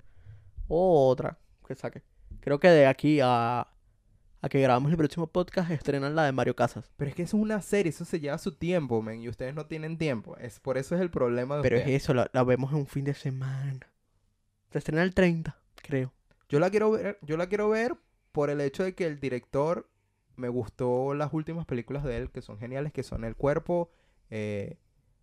Speaker 3: O otra que saque. Creo que de aquí a, a que grabamos el próximo podcast estrenan la de Mario Casas.
Speaker 4: pero es que eso es una serie, eso se lleva su tiempo, men, y ustedes no tienen tiempo. Es, por eso es el problema de
Speaker 3: Pero es
Speaker 4: ustedes.
Speaker 3: eso, la, la vemos en un fin de semana. Se estrena el 30. creo.
Speaker 4: Yo la quiero ver, yo la quiero ver por el hecho de que el director me gustó las últimas películas de él, que son geniales, que son El Cuerpo eh,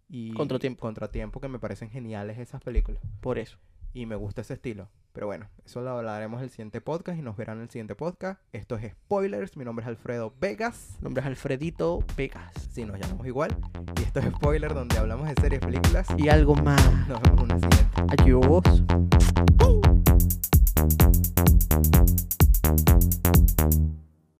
Speaker 4: y
Speaker 3: Contratiempo.
Speaker 4: Contratiempo, que me parecen geniales esas películas.
Speaker 3: Por eso.
Speaker 4: Y me gusta ese estilo. Pero bueno, eso lo hablaremos en el siguiente podcast y nos verán en el siguiente podcast. Esto es Spoilers. Mi nombre es Alfredo Vegas.
Speaker 3: Mi nombre es Alfredito Vegas.
Speaker 4: Si nos llamamos igual. Y esto es Spoiler, donde hablamos de series, películas.
Speaker 3: Y algo más.
Speaker 4: Nos vemos en una siguiente.
Speaker 3: Adiós.